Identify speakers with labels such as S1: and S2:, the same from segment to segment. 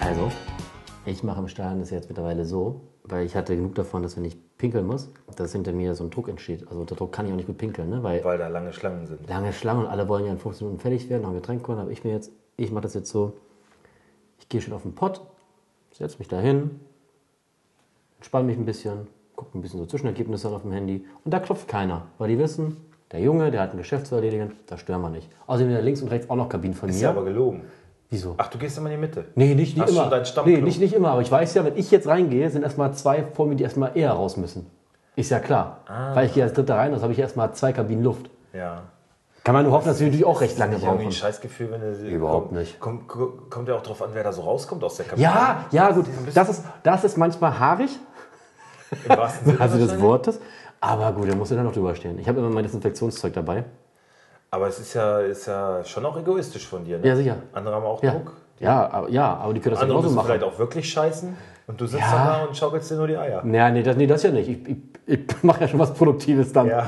S1: Also, im Stadion ist ja jetzt mittlerweile so, weil ich hatte genug davon, dass wenn ich pinkeln muss, dass hinter mir so ein Druck entsteht. Also unter Druck kann ich auch nicht gut pinkeln, ne? weil
S2: weil da lange Schlangen sind.
S1: lange Schlangen und alle wollen ja in 15 Minuten fertig werden, haben Getränk geholt, habe ich mir jetzt, ich mache das jetzt so, ich gehe schon auf den Pott, setze mich da hin, entspanne mich ein bisschen, gucke ein bisschen so Zwischenergebnisse an auf dem Handy und da klopft keiner, weil die wissen, der Junge, der hat ein Geschäft zu erledigen, da stören wir nicht. Außerdem sind da links und rechts auch noch Kabinen von
S2: Ist
S1: mir.
S2: ja aber gelogen.
S1: Wieso?
S2: Ach, du gehst immer in die Mitte.
S1: Nee, nicht, nicht
S2: Hast
S1: immer.
S2: schon dein Stammklo?
S1: nee, nicht, nicht immer, aber ich weiß ja, wenn ich jetzt reingehe, sind erstmal zwei vor mir, die erstmal eher raus müssen. Ist ja klar.
S2: Ah.
S1: Weil ich gehe als Dritter rein, also habe ich erstmal zwei Kabinen Luft.
S2: Ja.
S1: Kann man nur hoffen, dass wir natürlich auch recht lange
S2: Ich habe ein
S1: brauchen.
S2: Scheißgefühl, wenn du.
S1: Überhaupt
S2: kommt,
S1: nicht.
S2: Kommt, kommt ja auch drauf an, wer da so rauskommt aus der Kabine.
S1: Ja, ja, gut. Das ist, das ist manchmal haarig,
S2: Im wahrsten Sinne
S1: also des
S2: wahrscheinlich.
S1: Wortes. Aber gut, da muss ich dann noch drüber stehen. Ich habe immer mein Desinfektionszeug dabei.
S2: Aber es ist ja, ist ja schon auch egoistisch von dir. Ne?
S1: Ja, sicher.
S2: Andere haben auch Druck.
S1: Ja, aber, ja, aber die können das
S2: Andere
S1: genauso
S2: müssen
S1: machen.
S2: vielleicht auch wirklich scheißen und du sitzt
S1: Ja.
S2: da und schaukelst dir nur die Eier.
S1: Naja, nee, das, nee, das ja nicht. Ich, ich, ich mache ja schon was Produktives dann.
S2: Ja,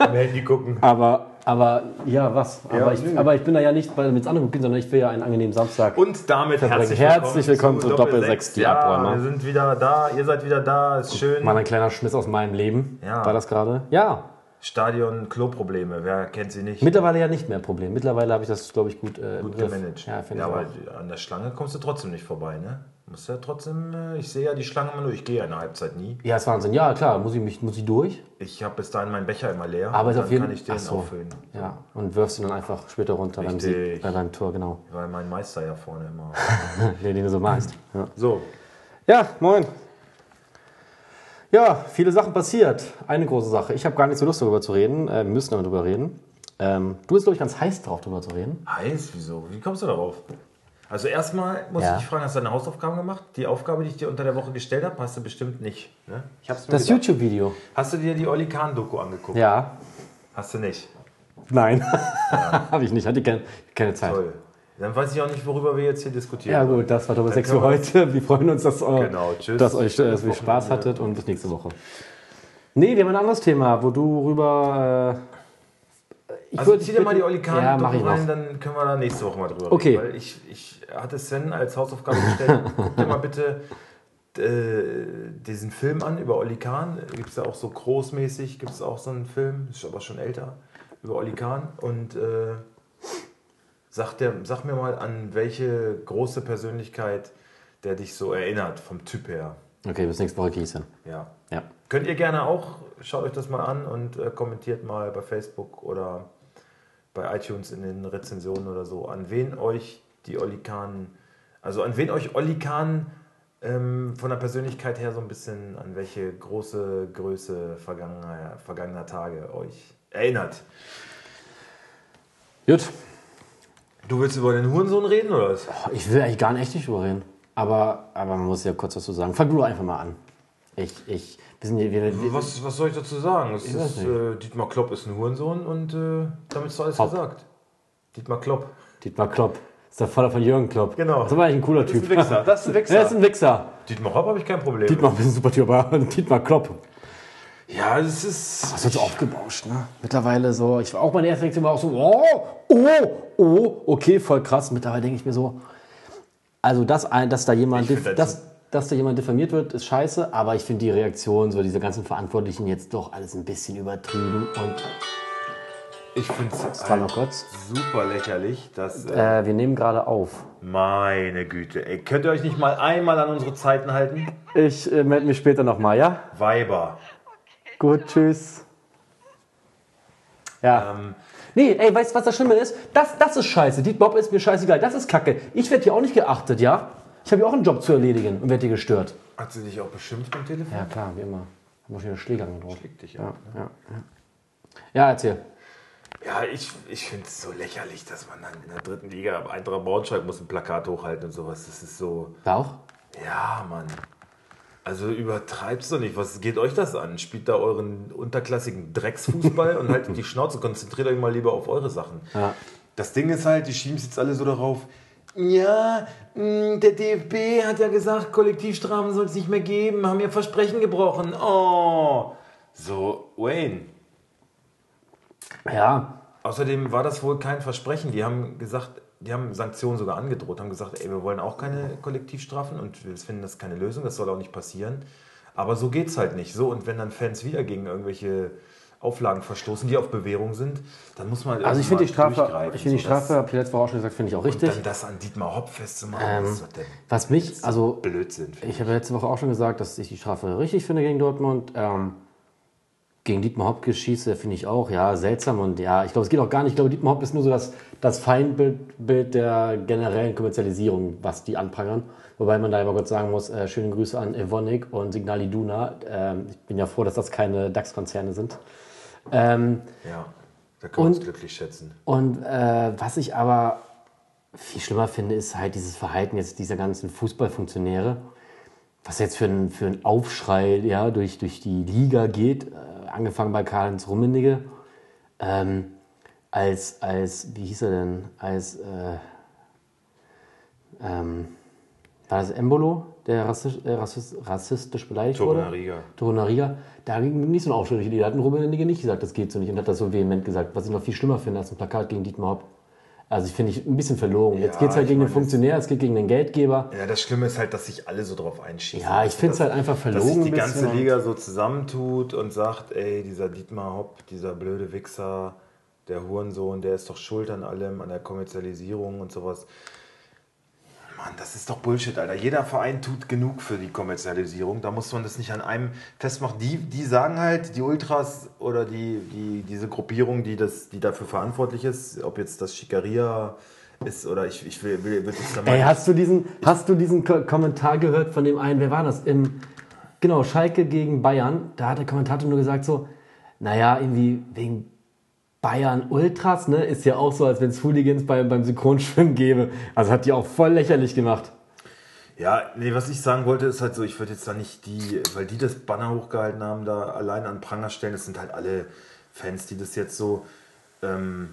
S2: am Handy gucken.
S1: Aber, aber ja, was? aber, ich,
S2: nö.
S1: aber ich bin da ja nicht, weil mit anderen gucken, sondern ich will ja einen angenehmen Samstag.
S2: Und damit herzlich willkommen,
S1: Herzlich willkommen zu Doppel Sechs, die
S2: ja,
S1: Abräumer.
S2: Wir sind wieder da, ihr seid wieder da, ist schön.
S1: Mal ein kleiner Schmiss aus meinem Leben.
S2: Ja.
S1: War das gerade? Ja.
S2: Stadion Kloprobleme, wer kennt sie nicht?
S1: Mittlerweile ja nicht mehr Problem. Mittlerweile habe ich das, glaube ich, gut, äh, im
S2: gut
S1: Griff.
S2: gemanagt.
S1: Ja, finde
S2: ja,
S1: ich
S2: aber
S1: auch.
S2: an der Schlange kommst du trotzdem nicht vorbei, ne? Musst ja trotzdem, äh, ich sehe ja die Schlange immer nur, ich gehe ja in der Halbzeit nie.
S1: Ja, ist Wahnsinn. Ja, klar, muss ich, mich, muss ich durch.
S2: Ich habe bis dahin meinen Becher immer leer.
S1: Aber
S2: und
S1: ist
S2: dann
S1: auf jeden
S2: kann ich den
S1: Ach so.
S2: auffüllen.
S1: Ja, und wirfst ihn dann einfach später runter beim,
S2: Richtig.
S1: Sieg, äh, beim Tor, genau.
S2: Weil mein Meister ja vorne immer.
S1: Den, den du so magst. Ja.
S2: so,
S1: ja, moin. Ja, viele Sachen passiert. Eine große Sache. Ich habe gar nicht so Lust, darüber zu reden. Äh, wir müssen aber darüber reden. Ähm, du bist, glaube ich, ganz heiß drauf, darüber zu reden.
S2: heiß, wieso? Wie kommst du darauf? Also erstmal muss
S1: Ja.
S2: ich dich fragen, hast du deine Hausaufgaben gemacht? Die Aufgabe, die ich dir unter der Woche gestellt habe, hast du bestimmt nicht. Ne? Ich hab's mir
S1: Das
S2: gedacht.
S1: YouTube-Video.
S2: Hast du dir die Oli Kahn Doku angeguckt?
S1: Ja.
S2: Hast du nicht?
S1: Nein. habe ich nicht. Hatte keine, keine Zeit.
S2: Toll. Dann weiß ich auch nicht, worüber wir jetzt hier diskutieren.
S1: Ja gut, das war Doppel 6 für
S2: können wir-
S1: heute. Wir freuen uns, dass, äh,
S2: Genau, tschüss.
S1: dass euch äh, dass ihr
S2: Wochenende.
S1: Spaß hattet und bis nächste Woche. Nee, wir haben ein anderes Thema, wo du rüber... Äh, ich
S2: Also
S1: würd-
S2: zieh
S1: ich
S2: dir mal die
S1: würd-
S2: Oli Kahn
S1: Ja, mach
S2: Doku
S1: ich
S2: rein,
S1: noch.
S2: dann können wir da nächste Woche mal drüber
S1: Okay.
S2: reden. Weil ich, ich hatte Sven als Hausaufgabe gestellt, guck dir mal bitte äh, diesen Film an über Oli Kahn. Gibt es da auch so großmäßig, gibt es auch so einen Film, ist aber schon älter, über Oli Kahn. Und äh, sag, dir, sag mir mal, an welche große Persönlichkeit der dich so erinnert, vom Typ her.
S1: Okay, bis nächste Woche krieg ich's hin.
S2: Ja.
S1: Ja.
S2: Könnt ihr gerne auch, schaut euch das mal an und äh, kommentiert mal bei Facebook oder bei iTunes in den Rezensionen oder so, an wen euch die Olli Kahn, also an wen euch Olli Kahn ähm, von der Persönlichkeit her so ein bisschen, an welche große Größe vergangener, vergangener Tage euch erinnert.
S1: Gut.
S2: Du willst über den Hurensohn reden oder was?
S1: Boah, Ich will eigentlich gar nicht echt drüber reden. Aber, aber man muss ja kurz was zu sagen. Fang du doch einfach mal an. Ich, ich, wir sind hier, wir, wir,
S2: Was, was soll ich dazu sagen? Es
S1: weiß
S2: ist, äh, Dietmar Klopp ist ein Hurensohn und äh, damit ist alles
S1: Hopp.
S2: gesagt. Dietmar Klopp.
S1: Dietmar Klopp. Ist der Vater von Jürgen Klopp.
S2: Genau.
S1: Das ist aber eigentlich ein cooler
S2: Das ist ein
S1: Typ.
S2: Wichser. Das ist ein Wichser.
S1: Er ist ein Wichser.
S2: Dietmar Hopp habe ich kein Problem.
S1: Dietmar ist ein super Typ, aber Dietmar Klopp.
S2: mit. Ja, es ist.
S1: Das wird so aufgebauscht, ne? Mittlerweile so, ich war auch meine erste Reaktion war auch so, oh, oh, oh, okay, voll krass. Mittlerweile denke ich mir so, also dass, ein, dass da jemand,
S2: Ich
S1: diff,
S2: find das-
S1: dass, dass da jemand diffamiert wird, ist scheiße, aber ich finde die Reaktion, so diese ganzen Verantwortlichen jetzt doch alles ein bisschen übertrieben und
S2: Ich finde es
S1: war noch kurz.
S2: super lächerlich, dass. Äh,
S1: Äh, wir nehmen gerade auf.
S2: meine Güte, ey, könnt ihr euch nicht mal einmal an unsere Zeiten halten?
S1: Ich äh, melde mich später nochmal, ja?
S2: Weiber.
S1: Gut, tschüss. Ja.
S2: Ähm,
S1: Nee, ey, weißt du, was das Schlimme ist? Das, das ist scheiße. Die Bob ist mir scheißegal. Das ist kacke. Ich werde hier auch nicht geachtet, ja? Ich habe hier auch einen Job zu erledigen und werde hier gestört.
S2: hat sie dich auch beschimpft am Telefon?
S1: Ja, klar, wie immer. Da muss ich eine Schlägerin drauf.
S2: Fick dich ab.
S1: Ja, ja. ja, erzähl.
S2: Ja, ich, ich finde es so lächerlich, dass man dann in der dritten Liga am Eintracht Braunschweig muss ein Plakat hochhalten und sowas. Das ist so.
S1: Da auch?
S2: Ja, Mann. Also übertreib's doch nicht. Was geht euch das an? Spielt da euren unterklassigen Drecksfußball und haltet die Schnauze. Konzentriert euch mal lieber auf eure Sachen.
S1: Ja.
S2: Das Ding ist halt, die schieben es jetzt alle so darauf. Ja, mh, der DFB hat ja gesagt, Kollektivstrafen soll es nicht mehr geben, haben ihr Versprechen gebrochen. Oh. So, Wayne.
S1: Ja.
S2: Außerdem war das wohl kein Versprechen. Die haben gesagt, die haben Sanktionen sogar angedroht, haben gesagt, ey, wir wollen auch keine Kollektivstrafen und wir finden das keine Lösung, das soll auch nicht passieren. Aber so geht's halt nicht. So, und wenn dann Fans wieder gegen irgendwelche Auflagen verstoßen, die auf Bewährung sind, dann muss man halt
S1: Also ich finde die
S2: irgendwann
S1: Strafe,
S2: durchgreifen.
S1: ich finde die
S2: So, das-
S1: Strafe, habe ich letzte Woche auch schon gesagt, finde ich auch richtig. Ähm,
S2: Dann das an Dietmar Hopp festzumachen, das ist doch der
S1: Was mich, also
S2: Blödsinn.
S1: ich habe letzte Woche auch schon gesagt, dass ich die Strafe richtig finde gegen Dortmund. Ähm, gegen Dietmar Hopp geschieße, finde ich auch, ja, seltsam und ja, ich glaube, es geht auch gar nicht. Ich glaube, Dietmar Hopp ist nur so das, das Feindbild Bild der generellen Kommerzialisierung, was die anprangern. Wobei man da immer Gott sagen muss, äh, schöne Grüße an Evonik und Signal Iduna. Ähm, ich bin ja froh, dass das keine DAX-Konzerne sind. Ähm,
S2: Ja, da können wir uns
S1: Und-
S2: glücklich schätzen.
S1: und äh, was ich aber viel schlimmer finde, ist halt dieses Verhalten jetzt dieser ganzen Fußballfunktionäre, was jetzt für einen für einen Aufschrei ja, durch, durch die Liga geht, äh, angefangen bei Karl-Heinz Rummenigge, ähm, als, als, wie hieß er denn, als, äh, ähm, war das Embolo, der rassistisch, äh, rassist, rassistisch beleidigt wurde?
S2: Torunariga.
S1: Torunariga, da ging nicht so ein Aufschrei durch die Liga. Da hat ein Rummenigge nicht gesagt, das geht so nicht und hat das so vehement gesagt, was ich noch viel schlimmer finde als ein Plakat gegen Dietmar Hopp. Also ich finde ich ein bisschen verloren. jetzt
S2: Ja,
S1: geht es halt
S2: ich
S1: gegen den
S2: meine, jetzt-
S1: Funktionär, es geht gegen den Geldgeber.
S2: Ja, das Schlimme ist halt, dass sich alle so drauf einschießen.
S1: Ja, ich finde es halt einfach
S2: dass
S1: verlogen.
S2: sich
S1: ein
S2: die ganze
S1: bisschen und-
S2: Liga so zusammentut und sagt, ey, dieser Dietmar Hopp, dieser blöde Wichser, der Hurensohn, der ist doch schuld an allem, an der Kommerzialisierung und sowas. Mann, das ist doch Bullshit, Alter. Jeder Verein tut genug für die Kommerzialisierung. Da muss man das nicht an einem festmachen. Die, die sagen halt, die Ultras oder die, die, diese Gruppierung, die, das, die dafür verantwortlich ist, ob jetzt das Schikaria ist oder ich, ich will, will, will jetzt da mal
S1: Ey, hast du diesen, hast du diesen Ko Kommentar gehört von dem einen, wer war das? Im, genau, Schalke gegen Bayern. Da hat der Kommentator nur gesagt so, naja, irgendwie wegen Bayern Ultras, ne? Ist ja auch so, als wenn es Hooligans beim, beim Synchronschwimmen gäbe. Also hat die auch voll lächerlich gemacht.
S2: Ja, nee, was ich sagen wollte, ist halt so, ich würde jetzt da nicht die, weil die das Banner hochgehalten haben, da allein an Pranger stellen, das sind halt alle Fans, die das jetzt so, ähm,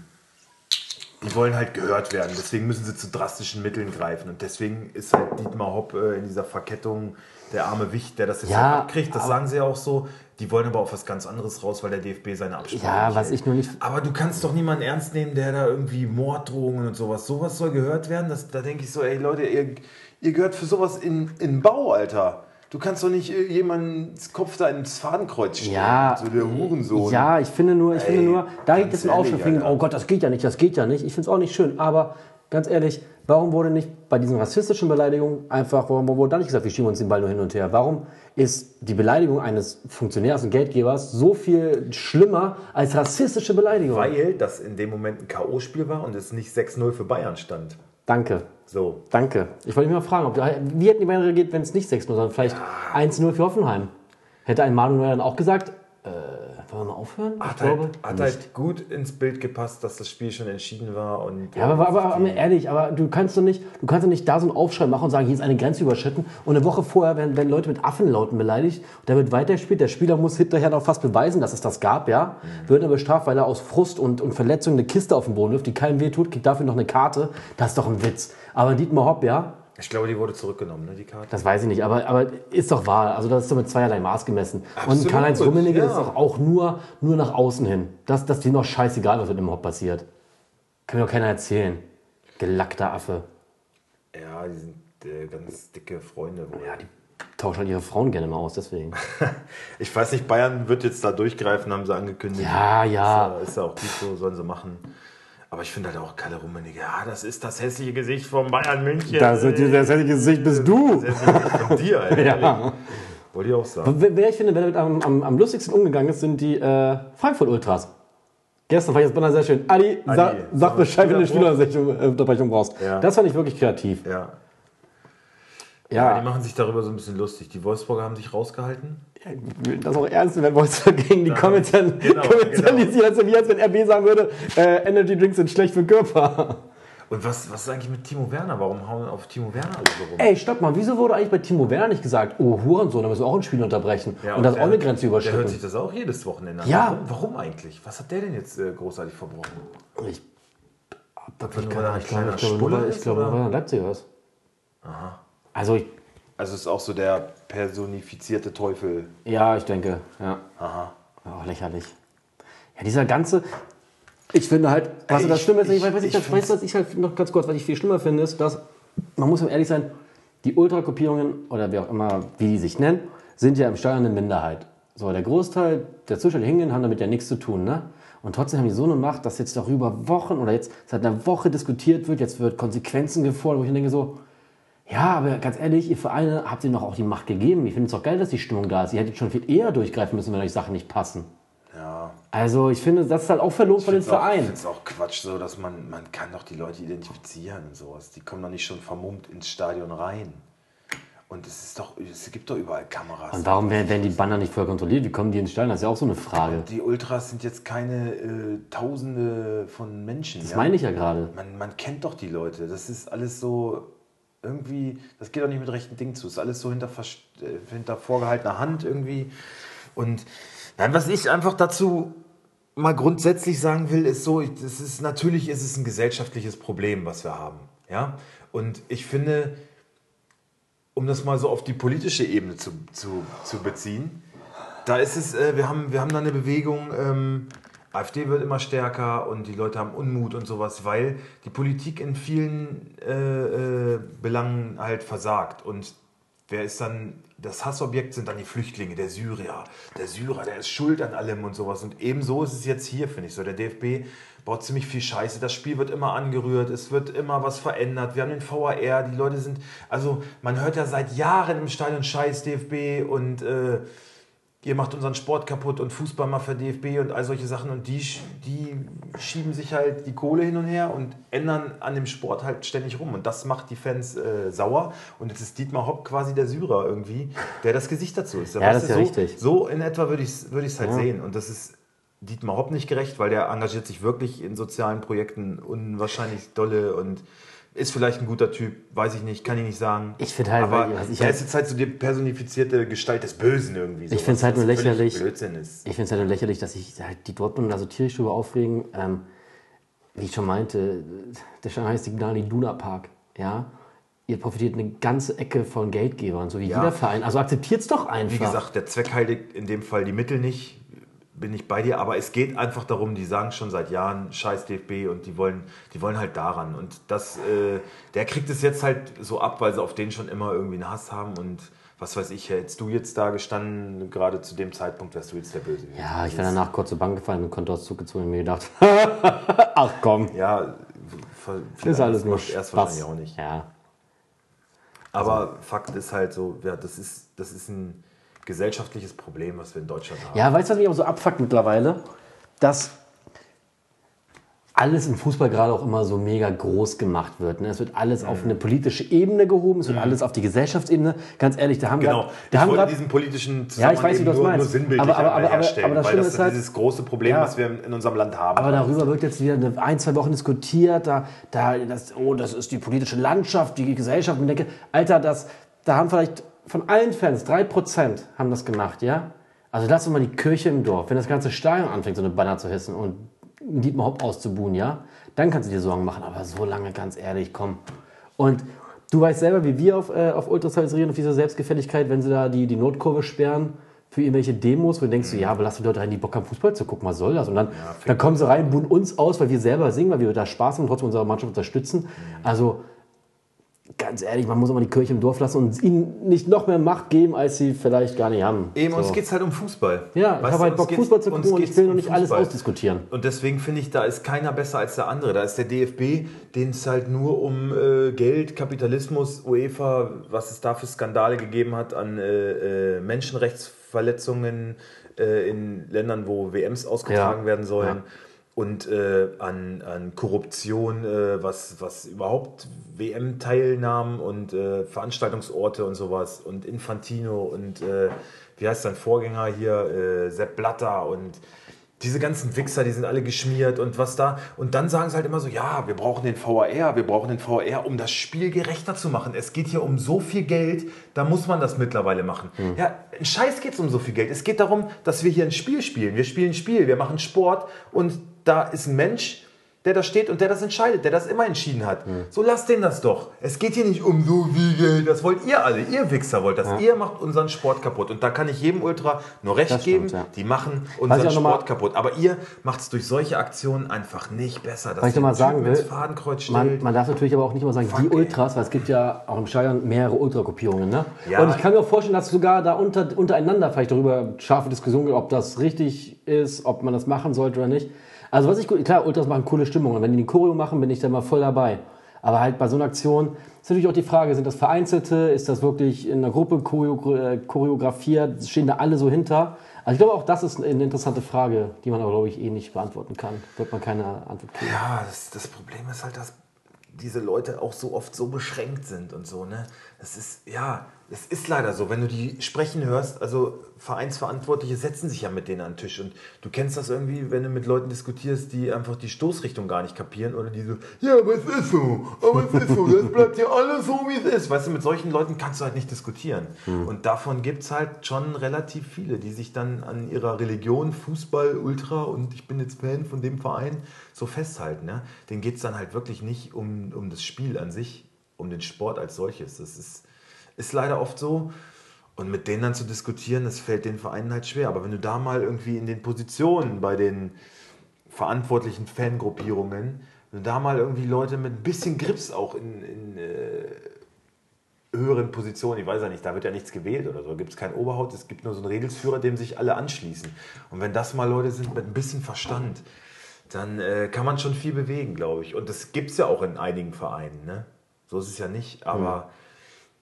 S2: die wollen halt gehört werden, deswegen müssen sie zu drastischen Mitteln greifen und deswegen ist halt Dietmar Hopp äh, in dieser Verkettung der arme Wicht, der das jetzt
S1: Ja,
S2: halt abkriegt, das
S1: aber-
S2: sagen sie ja auch so, die wollen aber auf was ganz anderes raus, weil der DFB seine Absprache
S1: Ja,
S2: nicht
S1: was
S2: hält.
S1: ich nur nicht.
S2: Aber du kannst doch niemanden ernst nehmen, der da irgendwie Morddrohungen und sowas, sowas soll gehört werden. Das, da denke ich so, ey Leute, ihr, ihr gehört für sowas in, in Bau, Alter. Du kannst doch nicht äh, jemandens Kopf da ins Fadenkreuz stellen.
S1: Ja.
S2: So der Hurensohn.
S1: Ja, ich finde nur, ich
S2: Ey,
S1: finde nur, da
S2: ganz
S1: gibt es einen Aufschrei
S2: ehrlich,
S1: von,
S2: Alter.
S1: oh Gott, das geht ja nicht, das geht ja nicht. Ich finde es auch nicht schön, aber ganz ehrlich, warum wurde nicht bei diesen rassistischen Beleidigungen einfach, warum wurde da nicht gesagt, wir schieben uns den Ball nur hin und her? Warum ist die Beleidigung eines Funktionärs und Geldgebers so viel schlimmer als rassistische Beleidigung?
S2: Weil das in dem Moment ein K.O.-Spiel war und es nicht 6-0 für Bayern stand.
S1: Danke.
S2: So.
S1: Danke. Ich wollte mich mal fragen, ob, wie hätten die Bayern reagiert, wenn es nicht 6-0, sondern vielleicht 1-0 für Hoffenheim? Hätte ein Manuel dann auch gesagt, äh, wollen wir mal aufhören?
S2: Hat, halt, hat halt gut ins Bild gepasst, dass das Spiel schon entschieden war. Und
S1: Ja, aber, aber, aber ehrlich, aber du kannst doch nicht, du kannst doch nicht da so einen Aufschrei machen und sagen, hier ist eine Grenze überschritten. Und eine Woche vorher werden, werden Leute mit Affenlauten beleidigt und da wird weitergespielt. Der Spieler muss hinterher noch fast beweisen, dass es das gab, ja. Wird aber bestraft, weil er aus Frust und, und Verletzung eine Kiste auf den Boden wirft, die keinem weh tut, kriegt dafür noch eine Karte. Das ist doch ein Witz. Aber Dietmar Hopp, ja,
S2: ich glaube, die wurde zurückgenommen, ne, die Karte.
S1: das weiß ich nicht, aber, aber ist doch wahr. Also das ist doch mit zweierlei Maß gemessen.
S2: Absolut,
S1: und Karl-Heinz Rummenigge
S2: ja.
S1: ist doch auch nur, nur nach außen hin. Das, das ist ihm doch scheißegal, was mit dem Hopp passiert. Kann mir doch keiner erzählen. Gelackter Affe.
S2: Ja, die sind äh, ganz dicke Freunde wohl.
S1: Ja, die tauschen halt ihre Frauen gerne mal aus, deswegen.
S2: Ich weiß nicht, Bayern wird jetzt da durchgreifen, haben sie angekündigt.
S1: Ja, ja.
S2: Ist ja- Ist ja auch gut so, sollen sie machen. Aber ich finde halt auch Kalle Rummenigge, ja, das ist das hässliche Gesicht von Bayern München.
S1: hässliche Gesicht bist
S2: Das hässliche Gesicht von dir, Alter. ehrlich. Wollte ich auch sagen.
S1: Wer, wer ich finde, wer damit am, am, am lustigsten umgegangen ist, sind die äh, Frankfurt-Ultras. Gestern fand ich das Banner sehr schön. Adi, sa
S2: Adi,
S1: sag
S2: sag
S1: Bescheid, wenn du eine
S2: Spielerbruch.
S1: Spielerunterbrechung brauchst.
S2: Ja.
S1: Das fand ich wirklich kreativ.
S2: Ja. ja. Die
S1: Ja,
S2: machen sich darüber so ein bisschen lustig. Die Wolfsburger haben sich rausgehalten.
S1: das auch ernst, wenn Wolfsburg gegen die Kommerzial
S2: genau,
S1: kommerzialisiert, das ist wie als wenn RB sagen würde, äh, Energy Drinks sind schlecht für den Körper.
S2: Und was, was ist eigentlich mit Timo Werner? Warum hauen auf Timo Werner alle so rum?
S1: Ey, stopp mal, wieso wurde eigentlich bei Timo Werner nicht gesagt, oh Hurensohn, da müssen wir auch ein Spiel unterbrechen
S2: Ja,
S1: und das ist
S2: der-
S1: auch eine Grenze
S2: Der hört
S1: überschritten?
S2: sich das auch jedes Wochenende an.
S1: Ja.
S2: Warum, warum eigentlich? Was hat der denn jetzt äh, großartig verbrochen?
S1: Ich hab
S2: Nur
S1: wirklich
S2: weil
S1: keine
S2: er
S1: Ahnung.
S2: ein
S1: Ich glaube,
S2: kleiner
S1: ich glaube,
S2: Schwuler
S1: nur weil-
S2: ist,
S1: ich glaube,
S2: oder?
S1: nur weil er ein Leipziger ist. Also, ich,
S2: Also ist auch so der personifizierte Teufel.
S1: ja, ich denke, ja.
S2: Aha.
S1: Oh, lächerlich. Ja, dieser ganze, Ich finde halt, also das
S2: ich-
S1: Schlimme ist,
S2: ich-
S1: ich, weiß nicht,
S2: ich
S1: das- weißt du, was ich halt noch ganz kurz, was ich viel schlimmer finde, ist, dass, man muss ehrlich sein, die Ultrakopierungen oder wie auch immer, wie die sich nennen, sind ja im Steuern eine Minderheit. So, der Großteil der Zuschauer, die hingehen, haben damit ja nichts zu tun, ne? Und trotzdem haben die so eine Macht, dass jetzt darüber Wochen oder jetzt seit einer Woche diskutiert wird, jetzt wird Konsequenzen gefordert, wo ich dann denke so, ja, aber ganz ehrlich, ihr Vereine habt ihnen doch auch die Macht gegeben. Ich finde es doch geil, dass die Stimmung da ist. Ihr hättet schon viel eher durchgreifen müssen, wenn euch Sachen nicht passen.
S2: Ja.
S1: Also ich finde, das ist halt auch verloren von den
S2: Find's auch-
S1: Vereinen.
S2: find's auch Quatsch, so dass man, man kann doch die Leute identifizieren und sowas. Die kommen doch nicht schon vermummt ins Stadion rein. Und es ist doch, es gibt doch überall Kameras.
S1: Und warum werden, werden die Banner nicht voll kontrolliert? Wie kommen die ins Stadion? Das ist ja auch so eine Frage.
S2: die Ultras sind jetzt keine äh, Tausende von Menschen.
S1: Das meine ich ja gerade.
S2: Man, man kennt doch die Leute. Das ist alles so irgendwie, das geht doch nicht mit rechten Dingen zu. Das ist alles so hinter, vers- äh, hinter vorgehaltener Hand irgendwie. Und nein, was ich einfach dazu mal grundsätzlich sagen will, ist so, ich- das ist natürlich ist es ein gesellschaftliches Problem, was wir haben. Ja? Und ich finde, um das mal so auf die politische Ebene zu, zu, zu beziehen, da ist es, äh, wir, haben, wir haben da eine Bewegung, ähm, AfD wird immer stärker und die Leute haben Unmut und sowas, weil die Politik in vielen äh, äh, Belangen halt versagt. Und wer ist dann, das Hassobjekt sind dann die Flüchtlinge, der Syrer. Der Syrer, der ist schuld an allem und sowas. Und ebenso ist es jetzt hier, finde ich so. Der DFB baut ziemlich viel Scheiße. Das Spiel wird immer angerührt, es wird immer was verändert. Wir haben den VAR, die Leute sind, also man hört ja seit Jahren im Stadion Scheiß DFB und. Äh, ihr macht unseren Sport kaputt und Fußball mal für DFB und all solche Sachen und die, sch- die schieben sich halt die Kohle hin und her und ändern an dem Sport halt ständig rum und das macht die Fans äh, sauer und jetzt ist Dietmar Hopp quasi der Syrer irgendwie, der das Gesicht dazu ist.
S1: Ja, das
S2: Weißt
S1: ist
S2: du,
S1: ja
S2: so,
S1: richtig.
S2: So in etwa würde ich es würd ich's halt sehen und das ist Dietmar Hopp nicht gerecht, weil der engagiert sich wirklich in sozialen Projekten unwahrscheinlich dolle und ist vielleicht ein guter Typ, weiß ich nicht, kann ich nicht sagen.
S1: Ich find halt,
S2: aber
S1: weil- was ich
S2: er
S1: halt-
S2: ist jetzt halt so die personifizierte Gestalt des Bösen irgendwie.
S1: Ich find's halt
S2: was
S1: nur
S2: völlig
S1: lächerlich.
S2: Blödsinn ist.
S1: Ich finde es halt nur lächerlich, dass sich halt die Dortmunder so tierisch darüber aufregen. Ähm, wie ich schon meinte, der Shanghai ist Signal Iduna Park. Ja? Ihr profitiert eine ganze Ecke von Geldgebern, so wie
S2: Ja.
S1: jeder Verein. Also akzeptiert es doch einfach.
S2: Wie gesagt, der Zweck heiligt in dem Fall die Mittel nicht, bin ich bei dir, aber es geht einfach darum, die sagen schon seit Jahren scheiß DFB und die wollen, die wollen halt daran. Und das, äh, der kriegt es jetzt halt so ab, weil sie auf den schon immer irgendwie einen Hass haben und was weiß ich, hättest du jetzt da gestanden, gerade zu dem Zeitpunkt wärst du jetzt der Böse. gewesen.
S1: ja, ich wäre danach kurz zur Bank gefallen und Kontoauszug gezogen und mir gedacht, ach komm,
S2: Ja, ver-
S1: ist alles nur
S2: macht erst wahrscheinlich
S1: Spaß.
S2: auch nicht.
S1: Ja.
S2: Aber
S1: Also-
S2: Fakt ist halt so, ja, das ist, das ist ein gesellschaftliches Problem, was wir in Deutschland haben.
S1: Ja, weißt du, was mich auch so abfuckt mittlerweile? Dass alles im Fußball gerade auch immer so mega groß gemacht wird. Ne? Es wird alles
S2: Mhm.
S1: auf eine politische Ebene gehoben, es wird alles auf die Gesellschaftsebene. Ganz ehrlich, da haben
S2: Genau,
S1: grad- da
S2: ich
S1: haben
S2: wollte
S1: grad,
S2: diesen politischen
S1: Ja, ich weiß, wie du
S2: Zusammenhang
S1: das
S2: nur, nur
S1: meinst.
S2: sinnbildlich
S1: Aber- aber-
S2: einmal
S1: aber- aber-
S2: herstellen,
S1: aber das
S2: weil
S1: Schlimme
S2: das ist
S1: ist halt-
S2: dieses große Problem,
S1: Ja.
S2: was wir in unserem Land haben.
S1: Aber darüber wird jetzt wieder eine, ein, zwei Wochen diskutiert. Da, da, das, oh, das ist die politische Landschaft, die Gesellschaft. Und ich denke, Alter, das, da haben vielleicht von allen Fans, 3% haben das gemacht, ja? Also lass doch mal die Kirche im Dorf. Wenn das ganze Stadion anfängt, so eine Banner zu hissen und Dietmar Hopp auszubuhen, ja? Dann kannst du dir Sorgen machen. Aber so lange, ganz ehrlich, komm. Und du weißt selber, wie wir auf, äh, auf Ultras reagieren, auf diese Selbstgefälligkeit, wenn sie da die, die Notkurve sperren für irgendwelche Demos, wo du denkst, du, ja, aber lass die Leute rein, die Bock haben, Fußball zu gucken, was soll das? Und dann, dann kommen sie rein, buhen uns aus, weil wir selber singen, weil wir da Spaß haben und trotzdem unsere Mannschaft unterstützen. Also, ganz ehrlich, man muss immer die Kirche im Dorf lassen und ihnen nicht noch mehr Macht geben, als sie vielleicht gar nicht haben.
S2: Eben, uns
S1: So.
S2: geht es halt um Fußball.
S1: Ja, ich habe
S2: Weißt du,
S1: halt
S2: uns
S1: Bock,
S2: geht's-
S1: Fußball zu
S2: uns
S1: gucken und ich
S2: geht's
S1: will
S2: um
S1: noch nicht alles
S2: Fußball.
S1: ausdiskutieren.
S2: Und deswegen finde ich, da ist keiner besser als der andere. Da ist der DFB, den es halt nur um äh, Geld, Kapitalismus, UEFA, was es da für Skandale gegeben hat an äh, äh, Menschenrechtsverletzungen äh, in Ländern, wo WMs ausgetragen
S1: Ja.
S2: werden sollen.
S1: Ja.
S2: Und äh, an, an Korruption, äh, was, was überhaupt WM-Teilnahmen und äh, Veranstaltungsorte und sowas und Infantino und äh, wie heißt sein Vorgänger hier, äh, Sepp Blatter und diese ganzen Wichser, die sind alle geschmiert und was da. Und dann sagen sie halt immer so, ja, wir brauchen den VAR, wir brauchen den VAR, um das Spiel gerechter zu machen. Es geht hier um so viel Geld, da muss man das mittlerweile machen.
S1: Hm.
S2: Ja, ein Scheiß geht es um so viel Geld. Es geht darum, dass wir hier ein Spiel spielen. Wir spielen ein Spiel, wir machen Sport und da ist ein Mensch, der da steht und der das entscheidet, der das immer entschieden hat.
S1: Hm.
S2: So lasst den das doch. Es geht hier nicht um so wie Geld. Das wollt ihr alle. Ihr Wichser wollt das. Ihr macht unseren Sport kaputt. Und da kann ich jedem Ultra nur recht
S1: Das
S2: geben.
S1: stimmt, ja.
S2: Die machen
S1: ich
S2: unseren
S1: auch noch mal-
S2: Sport kaputt. Aber ihr macht es durch solche Aktionen einfach nicht besser. Dass
S1: Was ich noch mal
S2: ihr den
S1: sagen
S2: Typen
S1: will,
S2: ins Fadenkreuz
S1: Man,
S2: stellt.
S1: man darf natürlich aber auch nicht immer sagen, die
S2: ey.
S1: Ultras, weil es gibt ja auch im Stadion mehrere Ultragruppierungen. Ne?
S2: Ja.
S1: Und ich kann mir auch vorstellen, dass sogar da unter, untereinander vielleicht darüber scharfe Diskussionen gibt, ob das richtig ist, ob man das machen sollte oder nicht. Also was ich gut, klar, Ultras machen coole Stimmung und wenn die die Choreo machen, bin ich da mal voll dabei. Aber halt bei so einer Aktion ist natürlich auch die Frage, sind das Vereinzelte, ist das wirklich in einer Gruppe choreo äh, choreografiert, stehen da alle so hinter? Also ich glaube auch das ist eine interessante Frage, die man aber glaube ich eh nicht beantworten kann. Wird man keine Antwort kriegen.
S2: Ja, das, das Problem ist halt, dass diese Leute auch so oft so beschränkt sind und so, ne? Das ist, ja, es ist leider so. Wenn du die sprechen hörst, also Vereinsverantwortliche setzen sich ja mit denen an den Tisch. Und du kennst das irgendwie, wenn du mit Leuten diskutierst, die einfach die Stoßrichtung gar nicht kapieren oder die so, ja, aber es ist so, aber es ist so, das bleibt ja alles so, wie es ist. Weißt du, mit solchen Leuten kannst du halt nicht diskutieren. Und davon gibt es halt schon relativ viele, die sich dann an ihrer Religion, Fußball, Ultra und ich bin jetzt Fan von dem Verein so festhalten. Ja? Denen geht es dann halt wirklich nicht um, um das Spiel an sich, um den Sport als solches. Das ist, ist leider oft so. Und mit denen dann zu diskutieren, das fällt den Vereinen halt schwer. Aber wenn du da mal irgendwie in den Positionen bei den verantwortlichen Fangruppierungen, wenn du da mal irgendwie Leute mit ein bisschen Grips auch in, in äh, höheren Positionen, ich weiß ja nicht, da wird ja nichts gewählt oder so, gibt es kein Oberhaupt, es gibt nur so einen Regelsführer, dem sich alle anschließen. Und wenn das mal Leute sind mit ein bisschen Verstand, dann äh, kann man schon viel bewegen, glaube ich. Und das gibt es ja auch in einigen Vereinen, ne? So ist es ja nicht, aber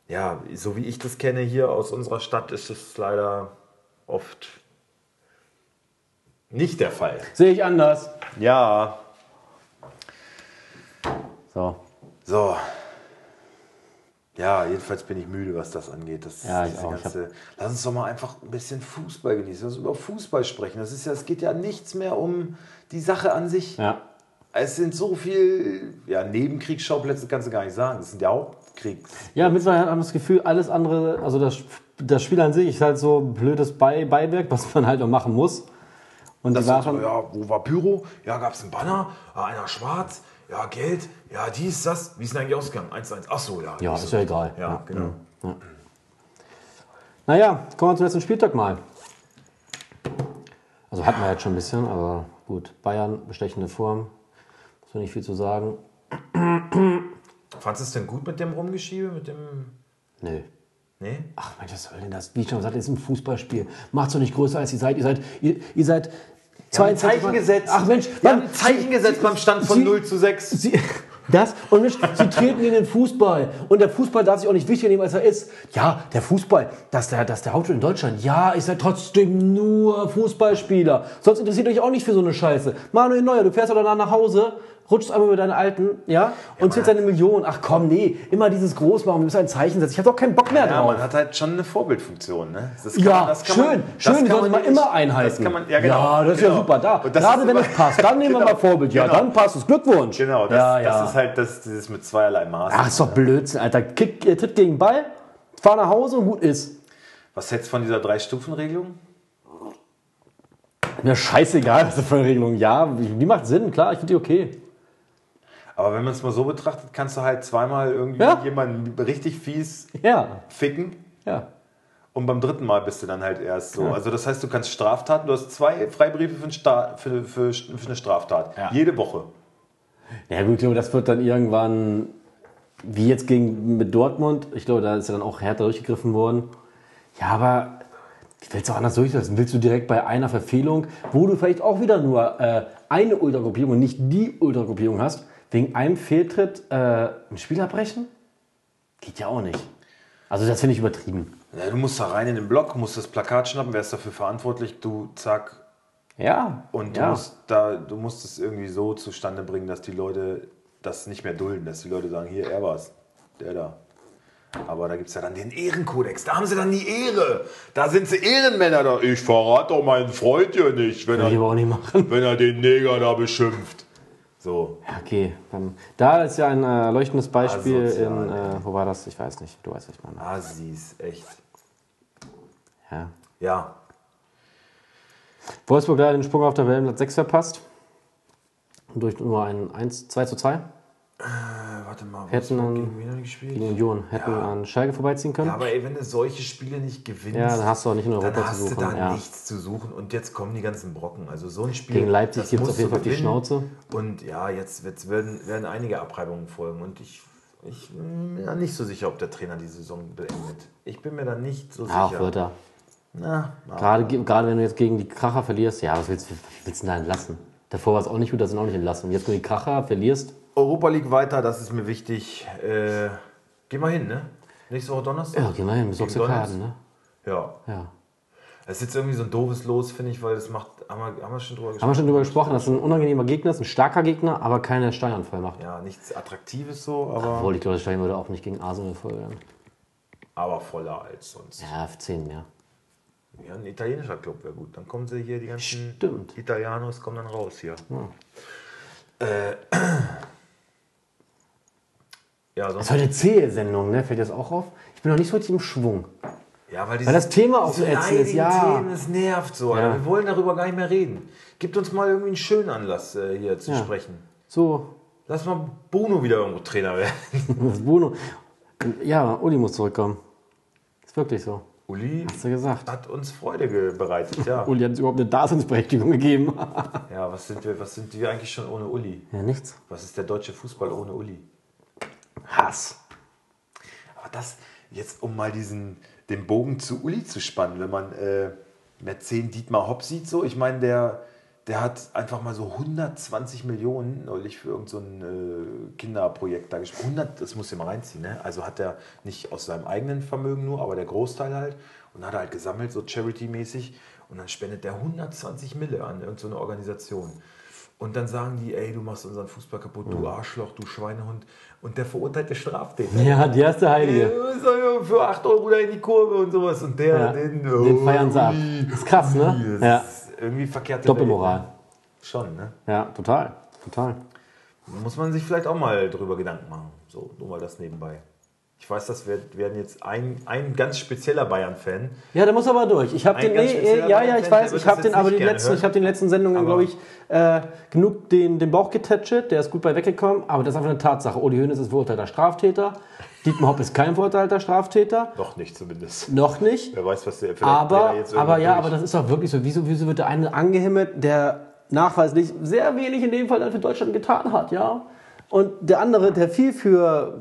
S2: ja, so wie ich das kenne hier aus unserer Stadt, ist es leider oft nicht der Fall.
S1: Sehe ich anders.
S2: Ja.
S1: So,
S2: So. Ja, jedenfalls bin ich müde, was das angeht. Das
S1: Ja, ich
S2: diese
S1: auch. Ich
S2: ganze- Lass uns doch mal einfach ein bisschen Fußball genießen. Lass uns über Fußball sprechen. Das ist ja, es geht ja nichts mehr um die Sache an sich.
S1: ja.
S2: Es sind so viel, ja, Nebenkriegsschauplätze kannst du gar nicht sagen. Das sind ja Hauptkriegs.
S1: Ja, mittlerweile hat man das Gefühl, alles andere, also das, das Spiel an sich ist halt so ein blödes Bei Beiwerk, was man halt noch machen muss. Und die
S2: Das war so,
S1: waren,
S2: ja, wo war Pyro? Ja, gab es einen Banner? Ah, einer schwarz? Ja, Geld? Ja, dies, das. Wie ist denn eigentlich ausgegangen? 1-1. Ach so, ja.
S1: ja,
S2: Ach so.
S1: ist ja Mhm. egal.
S2: Ja, genau.
S1: Naja, kommen wir zum letzten Spieltag mal. Also hatten wir jetzt schon ein bisschen, aber gut. Bayern, bestechende Form, muss man nicht viel zu sagen.
S2: Fandest du es denn gut mit dem Rumgeschiebe? Mit dem.
S1: Nö.
S2: Nee?
S1: Ach Mensch, was soll denn das? Wie schon gesagt, das ist ein Fußballspiel. Macht's doch nicht größer, als ihr seid. Ihr seid, ihr, ihr seid
S2: ein
S1: 22
S2: Zeichen gesetzt.
S1: Ach Mensch,
S2: wir haben
S1: Mann,
S2: ein Zeichen gesetzt beim Stand von
S1: Sie-
S2: 0 zu 6.
S1: Sie, das und Mensch, sie treten in den Fußball. Und der Fußball darf sich auch nicht wichtiger nehmen, als er ist. Ja, der Fußball, das ist der, das ist der Hauptstadt in Deutschland. Ja, ich seid trotzdem nur Fußballspieler. Sonst interessiert euch auch nicht für so eine Scheiße. Manuel Neuer, du fährst doch danach nach Hause, rutschst einmal über deine Alten, ja, und zählst deine Millionen. Ach komm, nee, immer dieses Großmachen, wir müssen ein Zeichen setzen. Ich habe doch keinen Bock mehr
S2: Ja,
S1: drauf.
S2: man hat halt schon eine Vorbildfunktion, ne? Das
S1: Ja, schön,
S2: das
S1: schön, die
S2: kann
S1: sollte man
S2: nicht-
S1: immer einhalten.
S2: Das kann man, ja, genau.
S1: das ist
S2: genau.
S1: ja super. Da,
S2: Und das
S1: gerade
S2: ist
S1: wenn
S2: immer-
S1: es passt, dann nehmen wir mal Vorbild. Ja,
S2: genau.
S1: dann passt es. Glückwunsch.
S2: Genau, das,
S1: ja, ja.
S2: das ist halt das, dieses mit zweierlei Maß.
S1: Ach, ist doch Blödsinn, Alter. Kick, äh, tritt gegen Ball, fahr nach Hause und gut ist.
S2: Was hältst du von dieser Drei-Stufen-Regelung?
S1: Mir scheißegal, was das für eine Regelung. Ja, die macht Sinn, klar, ich finde die okay.
S2: Aber wenn man es mal so betrachtet, kannst du halt zweimal irgendwie
S1: Ja.
S2: jemanden richtig fies
S1: Ja,
S2: ficken
S1: ja.
S2: und beim dritten Mal bist du dann halt erst so. Also das heißt, du kannst Straftaten, du hast zwei Freibriefe für, einen Sta für, für, für eine Straftat. Jede Woche.
S1: Ja gut, ich glaube, das wird dann irgendwann, wie jetzt gegen mit Dortmund, ich glaube, da ist ja dann auch härter durchgegriffen worden. Ja, aber wie willst du auch anders durchsetzen? Willst du direkt bei einer Verfehlung, wo du vielleicht auch wieder nur äh, eine Ultragruppierung und nicht die Ultragruppierung hast, wegen einem Fehltritt äh, ein Spiel abbrechen? Geht ja auch nicht. Also das finde ich übertrieben.
S2: Ja, du musst da rein in den Block, musst das Plakat schnappen, wer ist dafür verantwortlich, du zack.
S1: Ja.
S2: Und du,
S1: ja.
S2: musst da, du musst es irgendwie so zustande bringen, dass die Leute das nicht mehr dulden, dass die Leute sagen, hier, er war's, der da. Aber da gibt es ja dann den Ehrenkodex, da haben sie dann die Ehre. Da sind sie Ehrenmänner da. Ich verrate doch meinen Freund hier nicht, wenn
S1: Würde ich
S2: er,
S1: aber auch nicht machen.
S2: wenn er den Neger da beschimpft. So.
S1: Ja, Okay, dann, da ist ja ein äh, leuchtendes Beispiel
S2: Asozial,
S1: in, äh, wo war das? Ich weiß nicht, du weißt, was ich meine.
S2: Asis, Ah, echt.
S1: Ja.
S2: Ja.
S1: Wolfsburg leider den Sprung auf Tabellenplatz 6 verpasst. durch nur ein 1, 2 zu 2
S2: Äh, warte mal,
S1: Hätten
S2: Wolfsburg
S1: dann-
S2: gegen wen haben die gespielt?
S1: gegen Union. Hätten an Schalke vorbeiziehen können.
S2: Ja,
S1: Ja,
S2: aber ey, wenn du solche Spiele nicht gewinnst,
S1: dann hast du auch nicht in
S2: dann
S1: Europa zu
S2: hast du
S1: suchen.
S2: da
S1: Ja.
S2: nichts zu suchen. Und jetzt kommen die ganzen Brocken. Also so ein Spiel.
S1: Gegen Leipzig
S2: das
S1: gibt es
S2: musst
S1: auf jeden
S2: du
S1: Fall auf die
S2: gewinnen.
S1: Schnauze.
S2: Und ja, jetzt, jetzt werden, werden einige Abreibungen folgen. Und ich, ich bin mir da nicht so sicher, ob der Trainer die Saison beendet. Ich bin mir da nicht so
S1: Ja, auch
S2: sicher.
S1: wird er.
S2: Na, na.
S1: Gerade, ge- gerade wenn du jetzt gegen die Kracher verlierst, ja, was willst, du- was willst du denn da entlassen? Davor war es auch nicht gut, da sind auch nicht entlassen. Und jetzt, wenn du die Kracher verlierst,
S2: Europa League weiter, das ist mir wichtig. Äh, geh mal hin, ne? Nächste Woche Donnerstag?
S1: ja, geh mal hin, besorgst du
S2: Gegen
S1: Karten, ne?
S2: Ja.
S1: Ja.
S2: Das ist jetzt irgendwie so ein doofes Los, finde ich, weil das macht. Haben wir, haben wir schon drüber
S1: Haben wir
S2: gesprochen?
S1: schon drüber gesprochen, das ist ein unangenehmer Gegner, das ist ein starker Gegner, aber keiner Steinanfall macht.
S2: Ja, nichts Attraktives so, aber,
S1: Obwohl, ich glaube, Stein würde auch nicht gegen Arsenal folgern.
S2: aber voller als sonst.
S1: Ja, auf 10 mehr.
S2: Ja, ein italienischer Club wäre gut. Dann kommen sie hier, die ganzen
S1: Stimmt.
S2: Italianos kommen dann raus hier. Äh,
S1: Ja.
S2: Ja,
S1: Das
S2: sonst,
S1: ist heute eine zähe Sendung, ne? Fällt dir das auch auf? Ich bin noch nicht so richtig im Schwung.
S2: ja weil,
S1: Weil das Thema auch so
S2: diese
S1: ätzend ist,
S2: leidigen
S1: ja.
S2: Themen, das nervt so.
S1: Ja.
S2: Alter. Wir wollen darüber gar nicht mehr reden. Gibt uns mal irgendwie einen schönen Anlass, äh, hier zu
S1: Ja.
S2: sprechen.
S1: So,
S2: Lass mal Bruno wieder irgendwo Trainer werden.
S1: das ist Bruno. Ja, Uli muss zurückkommen. Ist wirklich so.
S2: Uli
S1: Hast du gesagt.
S2: hat uns Freude ge- bereitet, ja.
S1: Uli hat uns überhaupt eine Daseinsberechtigung gegeben.
S2: Ja, was sind wir, was sind wir eigentlich schon ohne Uli?
S1: Ja, nichts.
S2: Was ist der deutsche Fußball ohne Uli?
S1: Hass.
S2: Aber das, jetzt um mal diesen, den Bogen zu Uli zu spannen, wenn man äh, Mäzen Dietmar Hopp sieht, so, ich meine, der, der hat einfach mal so 120 Millionen neulich für irgendein so ein, äh, Kinderprojekt da gespielt. 100, das muss ich mal reinziehen, ne? Also hat er nicht aus seinem eigenen Vermögen nur, aber der Großteil halt. Und hat er halt gesammelt, so Charity-mäßig. Und dann spendet der 120 Mille an irgendeine so eine Organisation. Und dann sagen die, ey, du machst unseren Fußball kaputt, du Arschloch, du Schweinehund. Und der verurteilte Straftäter.
S1: Ja, die erste Heilige.
S2: Ja, Äh, ist doch ja Für 8 Euro da in die Kurve und sowas. Und der,
S1: Ja.
S2: den, oh,
S1: Den feiern sie ab.
S2: Ui,
S1: Ist krass, ne?
S2: ui, das
S1: Ja.
S2: ist Irgendwie verkehrte Welt,
S1: Doppelmoral.
S2: ne? Schon, ne?
S1: Ja, total. Total.
S2: Muss man sich vielleicht auch mal drüber Gedanken machen. So, nur mal das nebenbei. Ich weiß, das wird, werden jetzt ein, ein ganz spezieller Bayern-Fan.
S1: Ja, da muss aber durch. Ich habe
S2: Ein
S1: den,
S2: ganz
S1: nee,
S2: spezieller
S1: eh, ja, ja, ich
S2: Bayern-Fan,
S1: weiß,
S2: der
S1: ich
S2: wird
S1: habe
S2: das
S1: den,
S2: jetzt
S1: aber
S2: nicht
S1: den
S2: gerne
S1: letzten,
S2: hören.
S1: ich habe den letzten Sendungen,
S2: Aber-
S1: glaube ich, äh, genug den, den Bauch getätschelt. Der ist gut bei weggekommen, aber das ist einfach eine Tatsache. Uli Hoeneß ist verurteilter Straftäter. Dietmar Hopp ist kein verurteilter Straftäter.
S2: Noch nicht zumindest.
S1: Noch nicht.
S2: Wer weiß, was der vielleicht
S1: Aber,
S2: der jetzt
S1: aber
S2: irgendwie
S1: ja,
S2: durch-
S1: aber das ist doch wirklich so. Wieso, wieso wird der eine angehimmelt, der nachweislich sehr wenig in dem Fall dann für Deutschland getan hat, ja? Und der andere, der viel für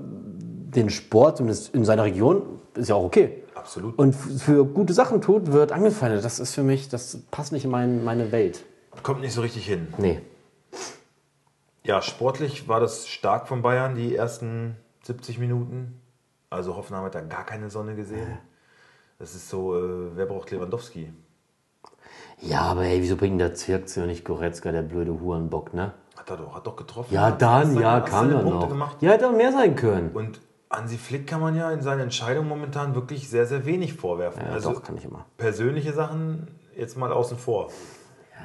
S1: den Sport, zumindest in seiner Region, ist ja auch okay
S2: Absolut.
S1: und f- für gute Sachen tut, wird angefeindet. Das ist für mich, das passt nicht in mein, meine Welt.
S2: Kommt nicht so richtig hin.
S1: Nee.
S2: Ja, sportlich war das stark von Bayern, die ersten 70 Minuten. Also Hoffenheim hat da gar keine Sonne gesehen. Das ist so, äh, wer braucht Lewandowski?
S1: Ja, aber ey, wieso bringen der Zirkzee und nicht Goretzka, der blöde Hurenbock, ne?
S2: Hat er doch, hat doch getroffen.
S1: Ja,
S2: Hat
S1: dann,
S2: seine-
S1: ja,
S2: hat
S1: kam
S2: seine
S1: dann
S2: Punkte
S1: noch.
S2: Gemacht.
S1: Ja, hätte auch mehr sein können.
S2: Und Hansi Flick kann man ja in seinen Entscheidungen momentan wirklich sehr, sehr wenig vorwerfen.
S1: Ja,
S2: also
S1: doch, kann ich immer.
S2: persönliche Sachen jetzt mal außen vor.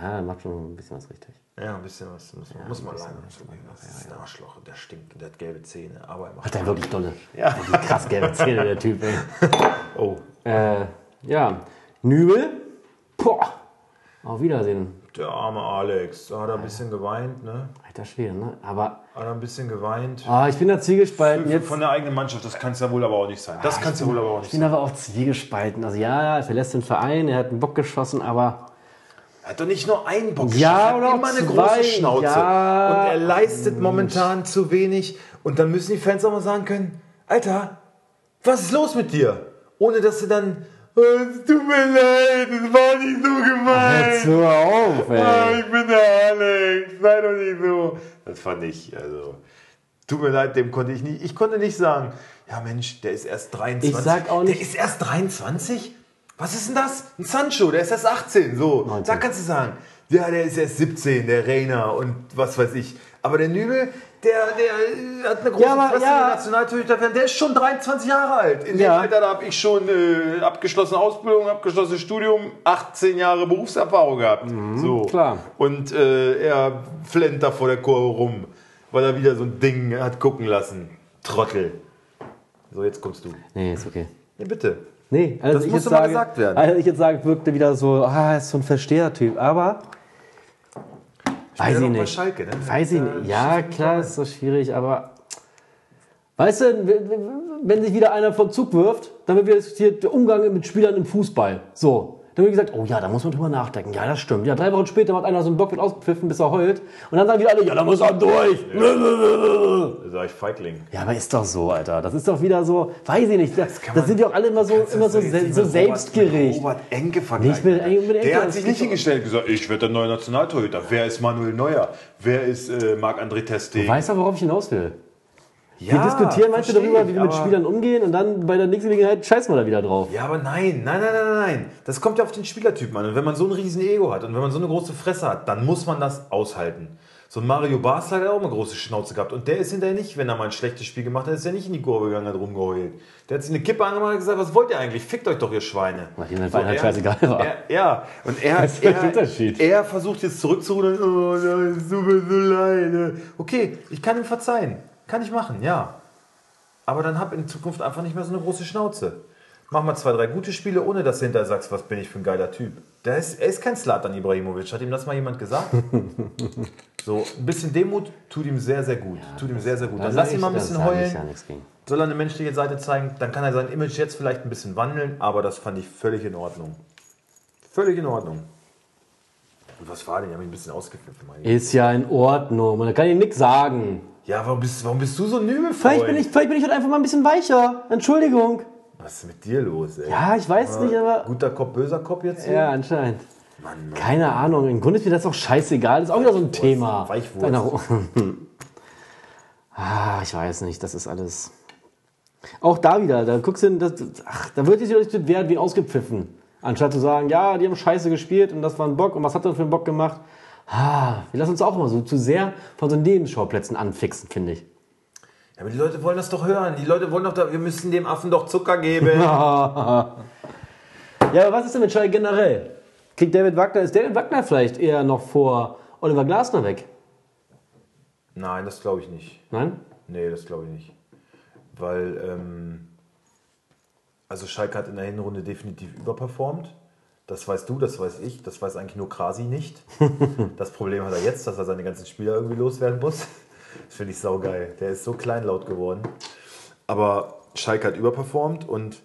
S1: Ja, macht schon ein bisschen was richtig.
S2: Ja, ein bisschen was muss man, muss man sagen. Das ist ein Arschloch, und der stinkt, und der hat gelbe Zähne, aber er macht.
S1: Hat der wirklich dolle. Ja. Krass gelbe Zähne, der Typ, ey.
S2: Oh,
S1: Äh, ja. Nübel. Boah. Auf Wiedersehen.
S2: der arme Alex, da hat er ein bisschen geweint, ne?
S1: Alter Schwede, ne? Aber
S2: Hat er ein bisschen geweint.
S1: ah, ich bin da zwiegespalten. Jetzt,
S2: Von der eigenen Mannschaft, das kann es ja wohl aber auch nicht sein. Das kann es ja wohl aber auch
S1: Ich
S2: nicht sein.
S1: bin aber auch zwiegespalten. Also ja, er verlässt den Verein, er hat einen Bock geschossen, aber
S2: Er hat doch nicht nur einen Bock
S1: Ja,
S2: geschossen, er hat
S1: oder auch
S2: immer eine
S1: zwei.
S2: große Schnauze.
S1: Ja.
S2: Und er leistet momentan zu wenig. Und dann müssen die Fans auch mal sagen können, Alter, was ist los mit dir? Ohne dass sie dann, "Äh, es tut mir leid, es war nicht so gemeint.
S1: hör auf,
S2: Ah, ich bin der Alex, sei doch nicht so. Das fand ich, also... Tut mir leid, dem konnte ich nicht. Ich konnte nicht sagen, ja Mensch, der ist erst 23.
S1: Ich sag auch nicht-
S2: Der ist erst 23? Was ist denn das? Ein Sancho, der ist erst 18. So,
S1: 19.
S2: da kannst du sagen, ja, der ist erst 17, der Reiner und was weiß ich. Aber der Nübel, der, der äh, hat eine große
S1: Ja, aber-
S2: Fresse,
S1: ja.
S2: der Nationaltorhüter werden. Der ist schon 23 Jahre alt. In
S1: Ja.
S2: dem Alter da habe ich schon äh, abgeschlossene Ausbildung, abgeschlossenes Studium, 18 Jahre Berufserfahrung gehabt.
S1: Mhm.
S2: so
S1: klar.
S2: Und äh, er flennt da vor der Kurve rum, weil er wieder so ein Ding hat gucken lassen. Trottel. So, jetzt kommst du.
S1: Nee, ist okay.
S2: Nee, bitte.
S1: Nee, also
S2: Das
S1: ich
S2: muss
S1: jetzt
S2: mal
S1: sage,
S2: gesagt werden.
S1: Also ich jetzt sage, wirkte wieder so, ah, ist so ein Verstehertyp. Aber Weiß ich
S2: noch Bei
S1: nicht.
S2: Schalke, ne?
S1: Weiß ich
S2: Äh,
S1: nicht. Ja, klar, ist so schwierig, aber. Weißt du, w- w- wenn sich wieder einer vom Zug wirft, dann wird wieder diskutiert, der Umgang mit Spielern im Fußball. So. Dann wird gesagt, oh ja, da muss man drüber nachdenken. Ja, das stimmt. Ja, drei Wochen später macht einer so einen Bock, wird ausgepfiffen, bis er heult. Und dann sagen wieder alle, ja, da muss er durch.
S2: Sag ich Feigling.
S1: Ja, aber ist doch so, Alter. Das ist doch wieder so, weiß ich nicht. Da,
S2: kann
S1: da
S2: man-
S1: sind ja auch alle immer so, immer so,
S2: Das ist jetzt
S1: sel-
S2: nicht
S1: so
S2: mit
S1: selbstgerecht.
S2: Robert, mit Robert Enke
S1: Nicht mit-
S2: vergleichen.
S1: mit Enke,
S2: der hat
S1: das
S2: sich
S1: ist
S2: nicht
S1: doch-
S2: hingestellt und gesagt, ich werde der neue Nationaltorhüter. Wer ist Manuel Neuer? Wer ist äh, Marc-André Teste?
S1: Weißt du, worauf ich hinaus will?
S2: Ja,
S1: Wir diskutieren manchmal
S2: verstehe
S1: darüber, wie wir mit
S2: aber-
S1: Spielern umgehen und dann bei der nächsten Gelegenheit scheißen wir da wieder drauf.
S2: Ja, aber nein, nein, nein, nein, nein. Das kommt ja auf den Spielertypen an. Und wenn man so ein riesen Ego hat und wenn man so eine große Fresse hat, dann muss man das aushalten. So ein Mario Basler hat auch mal große Schnauze gehabt. Und der ist hinterher nicht, wenn er mal ein schlechtes Spiel gemacht hat, ist er nicht in die Kurve gegangen, hat rumgeheult. Der hat sich eine Kippe angemacht und gesagt, was wollt ihr eigentlich? Fickt euch doch, ihr Schweine.
S1: Weil ihm halt Weihnachten scheißegal war.
S2: Er, ja, und er,
S1: Das ist der Unterschied.
S2: er, er versucht jetzt zurückzurudern. Oh, nein, es tut mir so leid. ne. Okay, ich kann ihm verzeihen. Kann ich machen, ja. Aber dann hab in Zukunft einfach nicht mehr so eine große Schnauze. Mach mal zwei, drei gute Spiele, ohne dass du hinterher sagst, was bin ich für ein geiler Typ. Der ist, er ist kein Slatan Ibrahimovic. Hat ihm das mal jemand gesagt? so, ein bisschen Demut tut ihm sehr, sehr gut. tut ihm sehr, sehr gut. Dann lass ihn mal ein bisschen heulen.
S1: Ja nichts gegen.
S2: Soll er eine menschliche Seite zeigen, dann kann er sein Image jetzt vielleicht ein bisschen wandeln, aber das fand ich völlig in Ordnung. Völlig in Ordnung. Und was war denn? Ich habe mich ein bisschen ausgeknüpft. Mann.
S1: Ist ja in Ordnung. Man kann ihm nichts sagen.
S2: Ja, warum bist, warum bist du so nübel,
S1: Vielleicht bin, ich, vielleicht bin ich heute einfach mal ein bisschen weicher. Entschuldigung.
S2: Was ist mit dir los, ey?
S1: Ja, ich weiß nicht, aber.
S2: Guter Kopf, böser Kopf jetzt hier?
S1: Ja, anscheinend.
S2: Mann, Mann.
S1: Keine Ahnung. Im Grunde ist mir das auch scheißegal. Das ist auch wieder so ein
S2: Weichwurst.
S1: Thema.
S2: Weichwurst.
S1: Deiner- ah, ich weiß nicht. Das ist alles. Auch da wieder. Da guckst du, hin, das, ach, da wird jetzt wieder nicht wer hat wen ausgepfiffen. Anstatt zu sagen, ja, die haben scheiße gespielt und das war ein Bock und was hat er für einen Bock gemacht? Ah, wir lassen uns auch immer so zu sehr von so Nebenschauplätzen anfixen, finde ich.
S2: Ja, aber die Leute wollen das doch hören. Die Leute wollen doch, da, wir müssen dem Affen doch Zucker geben.
S1: Ja, aber was ist denn mit Schalke generell? Kriegt David Wagner, ist David Wagner vielleicht eher noch vor Oliver Glasner weg?
S2: Nein, das glaube ich nicht.
S1: Nein?
S2: Nee, das glaube ich nicht. Weil, ähm, also Schalke hat in der Hinrunde definitiv überperformt. Das weißt du, das weiß ich, das weiß eigentlich nur Krasi nicht. Das Problem hat er jetzt, dass er seine ganzen Spieler irgendwie loswerden muss. Das finde ich saugeil. Der ist so kleinlaut geworden. Aber Schalke hat überperformt und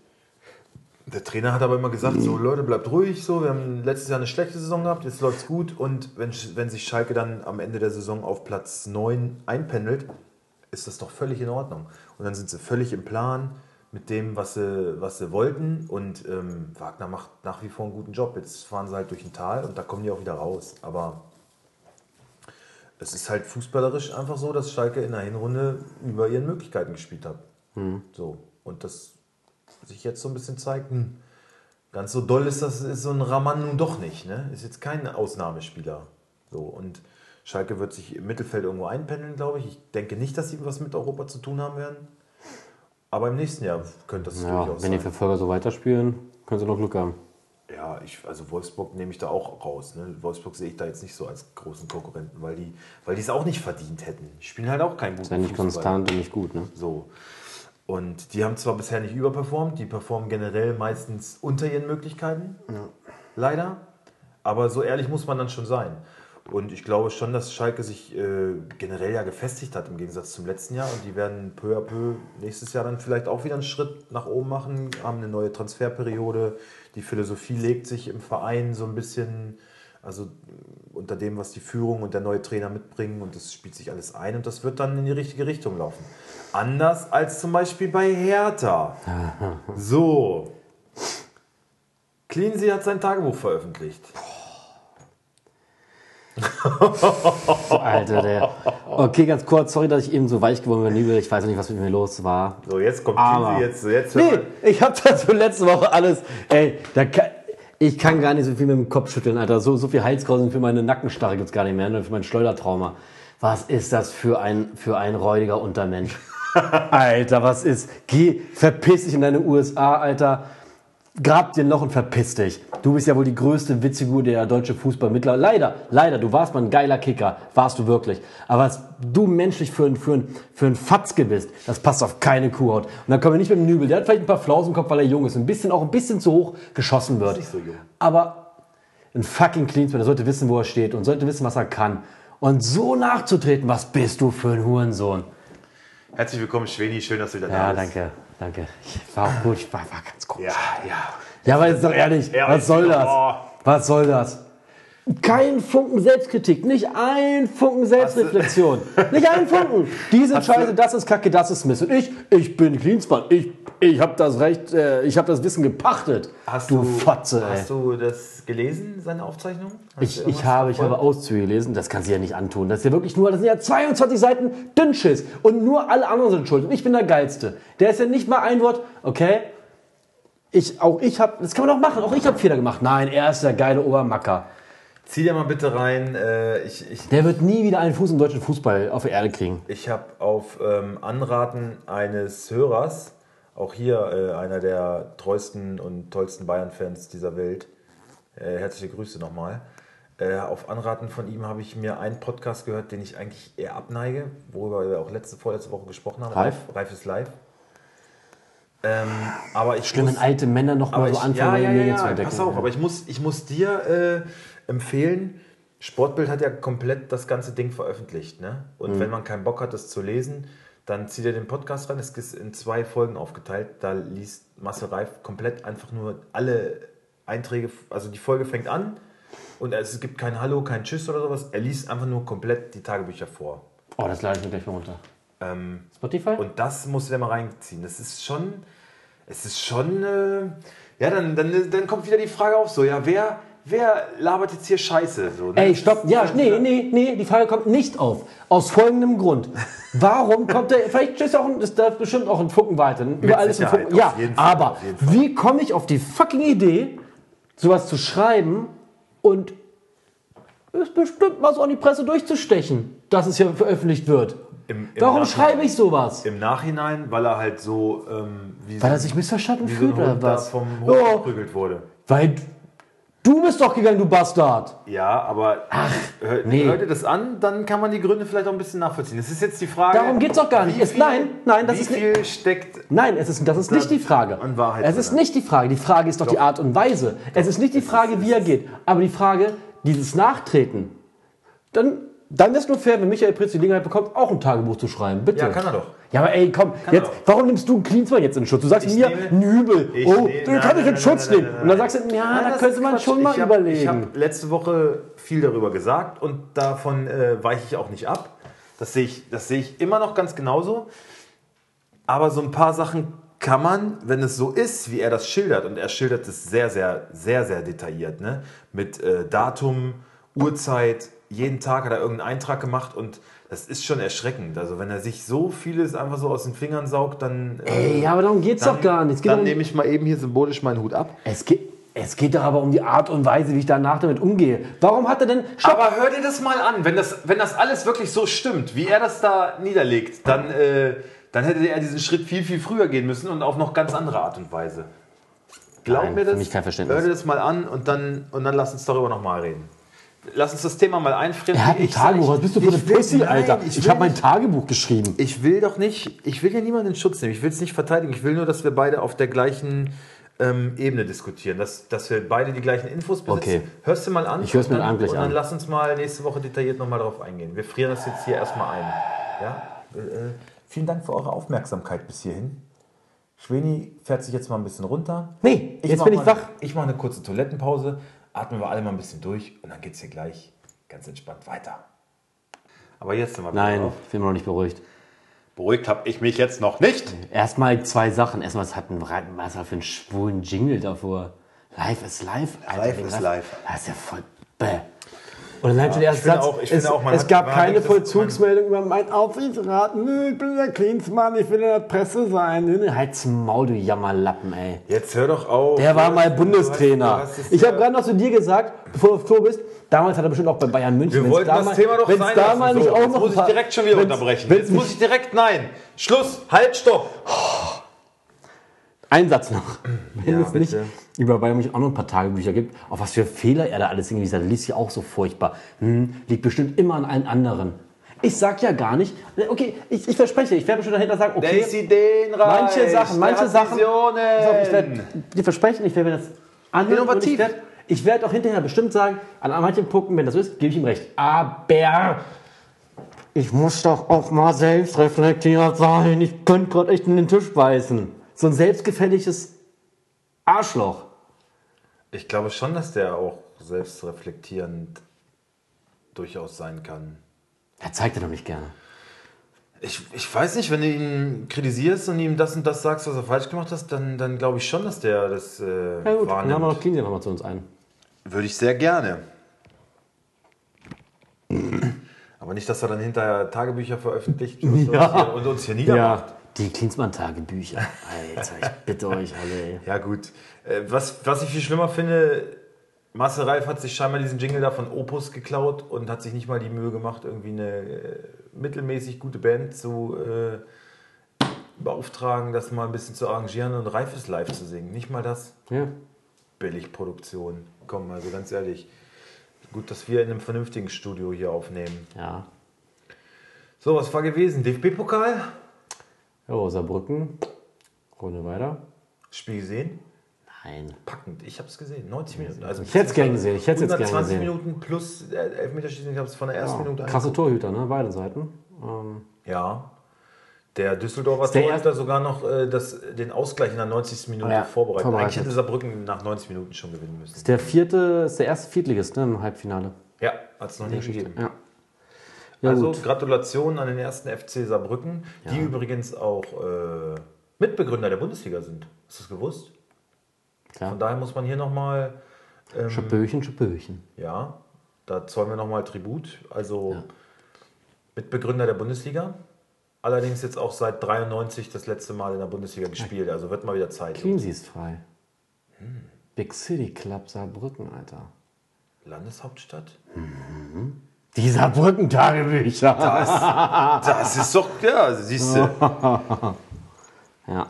S2: der Trainer hat aber immer gesagt, so Leute, bleibt ruhig, so, wir haben letztes Jahr eine schlechte Saison gehabt, jetzt läuft's gut und wenn, Sch- wenn sich Schalke dann am Ende der Saison auf Platz 9 einpendelt, ist das doch völlig in Ordnung. Und dann sind sie völlig im Plan mit dem, was sie, was sie wollten und ähm, Wagner macht nach wie vor einen guten Job. Jetzt fahren sie halt durch ein Tal und da kommen die auch wieder raus, aber es ist halt fußballerisch einfach so, dass Schalke in der Hinrunde über ihren Möglichkeiten gespielt hat.
S1: Mhm.
S2: So, und das sich jetzt so ein bisschen zeigt, hm, ganz so doll ist das ist so ein Raman nun doch nicht, ne? Ist jetzt kein Ausnahmespieler. So und Schalke wird sich im Mittelfeld irgendwo einpendeln, glaube ich. Ich denke nicht, dass sie was mit Europa zu tun haben werden. Aber im nächsten Jahr könnte das
S1: Ja,
S2: durchaus
S1: wenn die
S2: sein.
S1: Verfolger so weiterspielen, können sie noch Glück haben.
S2: Ja, ich, also Wolfsburg nehme ich da auch raus. Ne? Wolfsburg sehe ich da jetzt nicht so als großen Konkurrenten, weil die, weil die es auch nicht verdient hätten. Die spielen halt auch keinen guten
S1: Ist ja nicht konstant und nicht gut, ne?
S2: So. Und die haben zwar bisher nicht überperformt, die performen generell meistens unter ihren Möglichkeiten. Leider. Aber so ehrlich muss man dann schon sein. Und ich glaube schon, dass Schalke sich äh, generell ja gefestigt hat im Gegensatz zum letzten Jahr. Und die werden peu à peu nächstes Jahr dann vielleicht auch wieder einen Schritt nach oben machen, haben eine neue Transferperiode. Die Philosophie legt sich im Verein so ein bisschen, also unter dem, was die Führung und der neue Trainer mitbringen und das spielt sich alles ein und das wird dann in die richtige Richtung laufen. Anders als zum Beispiel bei Hertha. So. Cleansey hat sein Tagebuch veröffentlicht.
S1: Alter, der. Okay, ganz kurz, sorry, dass ich eben so weich geworden bin, Nibel. Ich weiß nicht, was mit mir los war.
S2: So, jetzt kommt
S1: Aber-
S2: Cleansey jetzt. jetzt hört
S1: Nee,
S2: man-
S1: ich hab das für letzte Woche alles. Ey, da kann, ich kann gar nicht so viel mit dem Kopf schütteln, Alter. So, so viel Halskrausen für meine Nackenstarre gibt's gar nicht mehr, ne? für mein Schleudertrauma. Was ist das für ein, für ein räudiger Untermensch? Alter, was ist? Geh, verpiss dich in deine USA, Alter. Grab dir ein Loch und verpiss dich. Du bist ja wohl die größte Witzfigur der deutsche Fußball mittler. Leider, leider, du warst mal ein geiler Kicker. Warst du wirklich. Aber was du menschlich für ein, für ein, für ein Fatzke bist, das passt auf keine Kuhhaut. Und dann kommen wir nicht mit dem Nübel. Der hat vielleicht ein paar Flausen im Kopf, weil er jung ist. Ein bisschen, auch ein bisschen zu hoch geschossen wird.
S2: nicht so jung.
S1: Aber ein fucking Cleansman, der sollte wissen, wo er steht und sollte wissen, was er kann. Und so nachzutreten, was bist du für ein Hurensohn?
S2: Herzlich willkommen, Schweni. Schön, dass du wieder
S1: Ja,
S2: da bist.
S1: danke, danke. Ich war auch gut, ich war, war ganz komisch.
S2: Ja, ja.
S1: Ja, aber jetzt doch ehrlich,
S2: Ja,
S1: was soll
S2: ich-
S1: das?
S2: oh.
S1: Was soll das? Kein Funken Selbstkritik, nicht ein Funken Selbstreflexion. Nicht ein Funken. Diese Scheiße, das ist Kacke, das ist Mist. Und ich, ich bin Cleansmann. Ich, ich habe das Recht, äh, ich habe das Wissen gepachtet.
S2: Hast
S1: du Fotze, ey.
S2: Hast du das gelesen, seine Aufzeichnung? Hast du
S1: Ich, ich,
S2: irgendwas
S1: habe, ich habe
S2: verfolgt?
S1: Auszüge gelesen, das kannst du ja nicht antun. Das ist ja wirklich nur, das sind ja 22 Seiten Dünnschiss und nur alle anderen sind schuld und ich bin der Geilste. Der ist ja nicht mal ein Wort, okay, ich, auch ich habe, das kann man doch machen, auch ich habe Fehler gemacht. Nein, er ist der geile Obermacker.
S2: Zieh dir mal bitte rein. äh, Ich, ich,
S1: Der wird nie wieder einen Fuß im deutschen Fußball auf der Erde kriegen.
S2: ich habe auf ähm, Anraten eines Hörers, auch hier äh, einer der treuesten und tollsten Bayern-Fans dieser Welt, äh, herzliche Grüße nochmal. Äh, auf Anraten von ihm habe ich mir einen Podcast gehört, den ich eigentlich eher abneige, worüber wir auch letzte, vorletzte Woche gesprochen haben.
S1: Live?
S2: Reif ist live. Ähm, aber ich
S1: Schlimm, wenn alte Männer noch mal so
S2: ich-
S1: anfangen, ihre Medien zu entdecken.
S2: Pass auf, aber ich muss, ich muss dir äh, empfehlen, Sportbild hat ja komplett das ganze Ding veröffentlicht. Ne? Und
S1: Mhm.
S2: wenn man keinen Bock hat, das zu lesen, dann zieht er den Podcast ran. Es ist in zwei Folgen aufgeteilt. Da liest Marcel Reif komplett einfach nur alle Einträge. Also die Folge fängt an und es gibt kein Hallo, kein Tschüss oder sowas. Er liest einfach nur komplett die Tagebücher vor.
S1: Oh, das lade ich mir gleich mal runter.
S2: Ähm,
S1: Spotify?
S2: und das musst du dir mal reinziehen. Das ist schon, es ist schon, äh, ja, dann, dann, dann kommt wieder die Frage auf, so, ja, wer, wer labert jetzt hier Scheiße? So, ne?
S1: Ey, stopp. Ja, nee, nee, nee, die Frage kommt nicht auf. Aus folgendem Grund. Warum kommt der, vielleicht ist, auch ein, ist da bestimmt auch ein Funken weiter. Überall ist ein
S2: Sicherheit,
S1: Funken. Ja,
S2: auf jeden Fall,
S1: aber
S2: auf jeden Fall.
S1: wie komme ich auf die fucking Idee, sowas zu schreiben und es bestimmt mal so an die Presse durchzustechen, dass es hier veröffentlicht wird?
S2: Im- im
S1: Warum
S2: Nachhinein-
S1: schreibe ich sowas?
S2: Im Nachhinein, weil er halt so, ähm, wie,
S1: Weil er
S2: so,
S1: sich missverstanden
S2: wie so ein
S1: fühlt oder
S2: Hund da
S1: was?
S2: vom Hof
S1: oh,
S2: geprügelt wurde.
S1: weil du bist doch gegangen, du Bastard.
S2: Ja, aber Ach, hör,
S1: nee.
S2: hör dir das an, dann kann man die Gründe vielleicht auch ein bisschen nachvollziehen. Das ist jetzt die Frage.
S1: Darum geht's doch gar nicht.
S2: wie
S1: Es- nein, nein, das
S2: wie
S1: ist nicht-
S2: viel steckt
S1: Nein, es ist, das ist nicht die Frage.
S2: an Wahrheit
S1: es ist
S2: dran.
S1: nicht die Frage. Die Frage ist doch, die Art und Weise. Es ist nicht die Frage, wie er geht. Aber die Frage, dieses Nachtreten. Dann, dann ist nur fair, wenn Michael Pritz die Gelegenheit bekommt, auch ein Tagebuch zu schreiben. Bitte.
S2: Ja, kann er doch.
S1: Ja, aber ey, komm,
S2: er
S1: jetzt,
S2: doch.
S1: warum nimmst du einen Klinsmann jetzt in Schutz? Du sagst
S2: Ich
S1: mir,
S2: nehme-
S1: Nübel,
S2: Ich
S1: oh,
S2: nehme-
S1: den
S2: nein,
S1: kann ich
S2: nein,
S1: in Schutz
S2: nein,
S1: nehmen.
S2: nein, nein,
S1: Und dann
S2: nein.
S1: sagst du, ja,
S2: Nein,
S1: da
S2: das
S1: könnte
S2: ist
S1: man
S2: Quatsch.
S1: schon mal
S2: ich hab, Ich
S1: überlegen.
S2: habe letzte Woche viel darüber gesagt und davon äh, weiche ich auch nicht ab. Das sehe ich, das sehe ich immer noch ganz genauso. Aber so ein paar Sachen kann man, wenn es so ist, wie er das schildert, und er schildert es sehr, sehr, sehr, sehr detailliert, ne? mit äh, Datum, Uhrzeit, jeden Tag hat er irgendeinen Eintrag gemacht und das ist schon erschreckend. Also wenn er sich so vieles einfach so aus den Fingern saugt, dann... äh,
S1: Ey, ja, aber darum geht's doch gar nicht. Es geht,
S2: dann
S1: darum,
S2: nehme ich mal eben hier symbolisch meinen Hut ab.
S1: es, geht, es geht doch aber um die Art und Weise, wie ich danach damit umgehe. Warum hat er denn. Stopp!
S2: Aber hör dir das mal an, wenn das, wenn das alles wirklich so stimmt, wie er das da niederlegt, dann, äh, dann hätte er diesen Schritt viel, viel früher gehen müssen und auf noch ganz andere Art und Weise. Glaub
S1: Nein,
S2: mir
S1: für
S2: das,
S1: mich kein Verständnis.
S2: hör dir das mal an und dann, und dann lass uns darüber nochmal reden. Lass uns das Thema mal einfrieren.
S1: Er hat ein
S2: Ich sag-
S1: Tagebuch. Was bist du für
S2: ich
S1: eine
S2: will-
S1: Pussy,
S2: nein,
S1: Alter?
S2: Ich,
S1: Ich,
S2: will
S1: habe mein
S2: nicht-
S1: Tagebuch geschrieben.
S2: ich will doch nicht, ich will ja niemanden in Schutz nehmen. Ich will es nicht verteidigen. Ich will nur, dass wir beide auf der gleichen ähm, Ebene diskutieren, dass, dass wir beide die gleichen Infos besitzen.
S1: Okay.
S2: Hörst du mal an?
S1: Ich hör's mir
S2: und dann-
S1: an gleich
S2: Und dann
S1: an.
S2: lass uns mal nächste Woche detailliert nochmal drauf eingehen. Wir frieren das jetzt hier erstmal ein. Ja? Äh, äh, vielen Dank für eure Aufmerksamkeit bis hierhin. Schweni fährt sich jetzt mal ein bisschen runter.
S1: Nee, jetzt
S2: mach
S1: bin ich
S2: mal-
S1: wach.
S2: Ich mache eine kurze Toilettenpause, atmen wir alle mal ein bisschen durch und dann geht's hier gleich ganz entspannt weiter. Aber jetzt sind wir wieder
S1: Nein,
S2: drauf.
S1: ich bin noch nicht beruhigt.
S2: Beruhigt habe ich mich jetzt noch nicht.
S1: Erstmal zwei Sachen. Erstmal, was hat ein was hat für einen schwulen Jingle davor? Live ist live. Alter,
S2: Live
S1: den
S2: is
S1: Rest-
S2: live.
S1: Das ist ja voll bäh. Und dann ja, der erste
S2: finde
S1: Satz.
S2: auch- ich
S1: es,
S2: finde auch, man
S1: es
S2: hat-
S1: gab
S2: man hat
S1: keine
S2: das- man-
S1: Vollzugsmeldung über mein Aufsichtsrat. Nö, ich bin der Cleansmann, ich will in der Presse sein. Nö, nö. Halt's Maul, du Jammerlappen, ey.
S2: Jetzt hör doch auf.
S1: Der war
S2: Du
S1: mal
S2: hast- du
S1: Bundestrainer.
S2: hast es-
S1: Ich habe gerade noch zu dir gesagt, bevor du auf Klo bist, damals hat er bestimmt auch bei Bayern München.
S2: Wir wollten das Thema doch sein
S1: da
S2: lassen.
S1: mal nicht
S2: so,
S1: auch
S2: jetzt
S1: noch
S2: muss
S1: ein
S2: ich
S1: paar-
S2: direkt schon wieder
S1: wenn's-
S2: unterbrechen.
S1: wenn's
S2: Jetzt muss
S1: nicht-
S2: ich direkt, nein. Schluss, halt, stopp.
S1: Ein Satz noch. Wenn
S2: Ja,
S1: es nicht
S2: bitte.
S1: über Bayern München auch noch ein paar Tagebücher gibt, auf was für Fehler er da alles hingewiesen hat, liest ja auch so furchtbar. Hm, liegt bestimmt immer an allen anderen. Ich sag ja gar nicht, äh, okay, ich, ich verspreche, ich werde bestimmt dahinter sagen, okay,
S2: ideenreich.
S1: manche Sachen, manche Sachen. Pass auf, ich werde dir versprechen, ich werde mir das anhören.
S2: Innovativ.
S1: Und ich werde Ich werde auch hinterher bestimmt sagen, an manchen Punkten, wenn das so ist, gebe ich ihm recht. Aber ich muss doch auch mal selbst reflektiert sein. Ich könnte gerade echt in den Tisch beißen. So ein selbstgefälliges Arschloch.
S2: Ich glaube schon, dass der auch selbstreflektierend durchaus sein kann.
S1: Er zeigt er doch nicht gerne.
S2: Ich, ich weiß nicht, wenn du ihn kritisierst und ihm das und das sagst, was er falsch gemacht hat, dann, dann glaube ich schon, dass der das äh,
S1: Na gut, dann haben wir
S2: wahrnimmt.
S1: noch Cleansy nochmal zu uns ein.
S2: Würde ich sehr gerne. Aber nicht, dass er dann hinterher Tagebücher veröffentlicht und, uns, hier, und uns hier niedermacht.
S1: Ja, die Klinsmann-Tagebücher. Alter, ich bitte euch alle, ey.
S2: Ja, gut. Äh, was, was ich viel schlimmer finde, Marcel Reif hat sich scheinbar diesen Jingle da von Opus geklaut und hat sich nicht mal die Mühe gemacht, irgendwie eine äh, mittelmäßig gute Band zu äh, beauftragen, das mal ein bisschen zu arrangieren und Reif ist live zu singen. Nicht mal das.
S1: Ja.
S2: Billigproduktion. Komm, also ganz ehrlich. Gut, dass wir in einem vernünftigen Studio hier aufnehmen.
S1: Ja.
S2: So, was war gewesen? DFB-Pokal?
S1: Jo, Saarbrücken. Runde weiter.
S2: Spiel gesehen?
S1: Nein.
S2: Packend. Ich habe es gesehen. 90 Minuten. Also
S1: Ich hätte es gern gesehen. Ich hätte es jetzt gern
S2: 120
S1: gesehen.
S2: Minuten plus äh, Elfmeterschießen. Ich habe es von der ersten
S1: Ja,
S2: Minute an.
S1: krasse Torhüter, ne? Beide Seiten. Ähm,
S2: Ja. Der Düsseldorfer
S1: der
S2: Tor hat da sogar noch äh, das, den Ausgleich in der 90. Minute
S1: Ja,
S2: vorbereitet. Eigentlich
S1: vorbereitet.
S2: hätte Saarbrücken nach 90 Minuten schon gewinnen müssen.
S1: ist der vierte, ist der erste Viertligist ne, im Halbfinale.
S2: Ja, hat es noch nie gegeben.
S1: Ja. Ja,
S2: also
S1: gut.
S2: Gratulation an den ersten FC Saarbrücken, die übrigens auch äh, Mitbegründer der Bundesliga sind. Hast du es gewusst?
S1: Klar.
S2: Von daher muss man hier nochmal,
S1: Schöpöchen, Schöpöchen.
S2: ja, da zollen wir nochmal Tribut. Also Mitbegründer der Bundesliga. Allerdings jetzt auch seit 93 das letzte Mal in der Bundesliga gespielt. Also wird mal wieder Zeit.
S1: Cleansy ist frei. Hm. Big City Club Saarbrücken, Alter.
S2: Landeshauptstadt?
S1: Die Saarbrücken-Tagebücher.
S2: Das ist doch, ja, siehst du.
S1: Ja.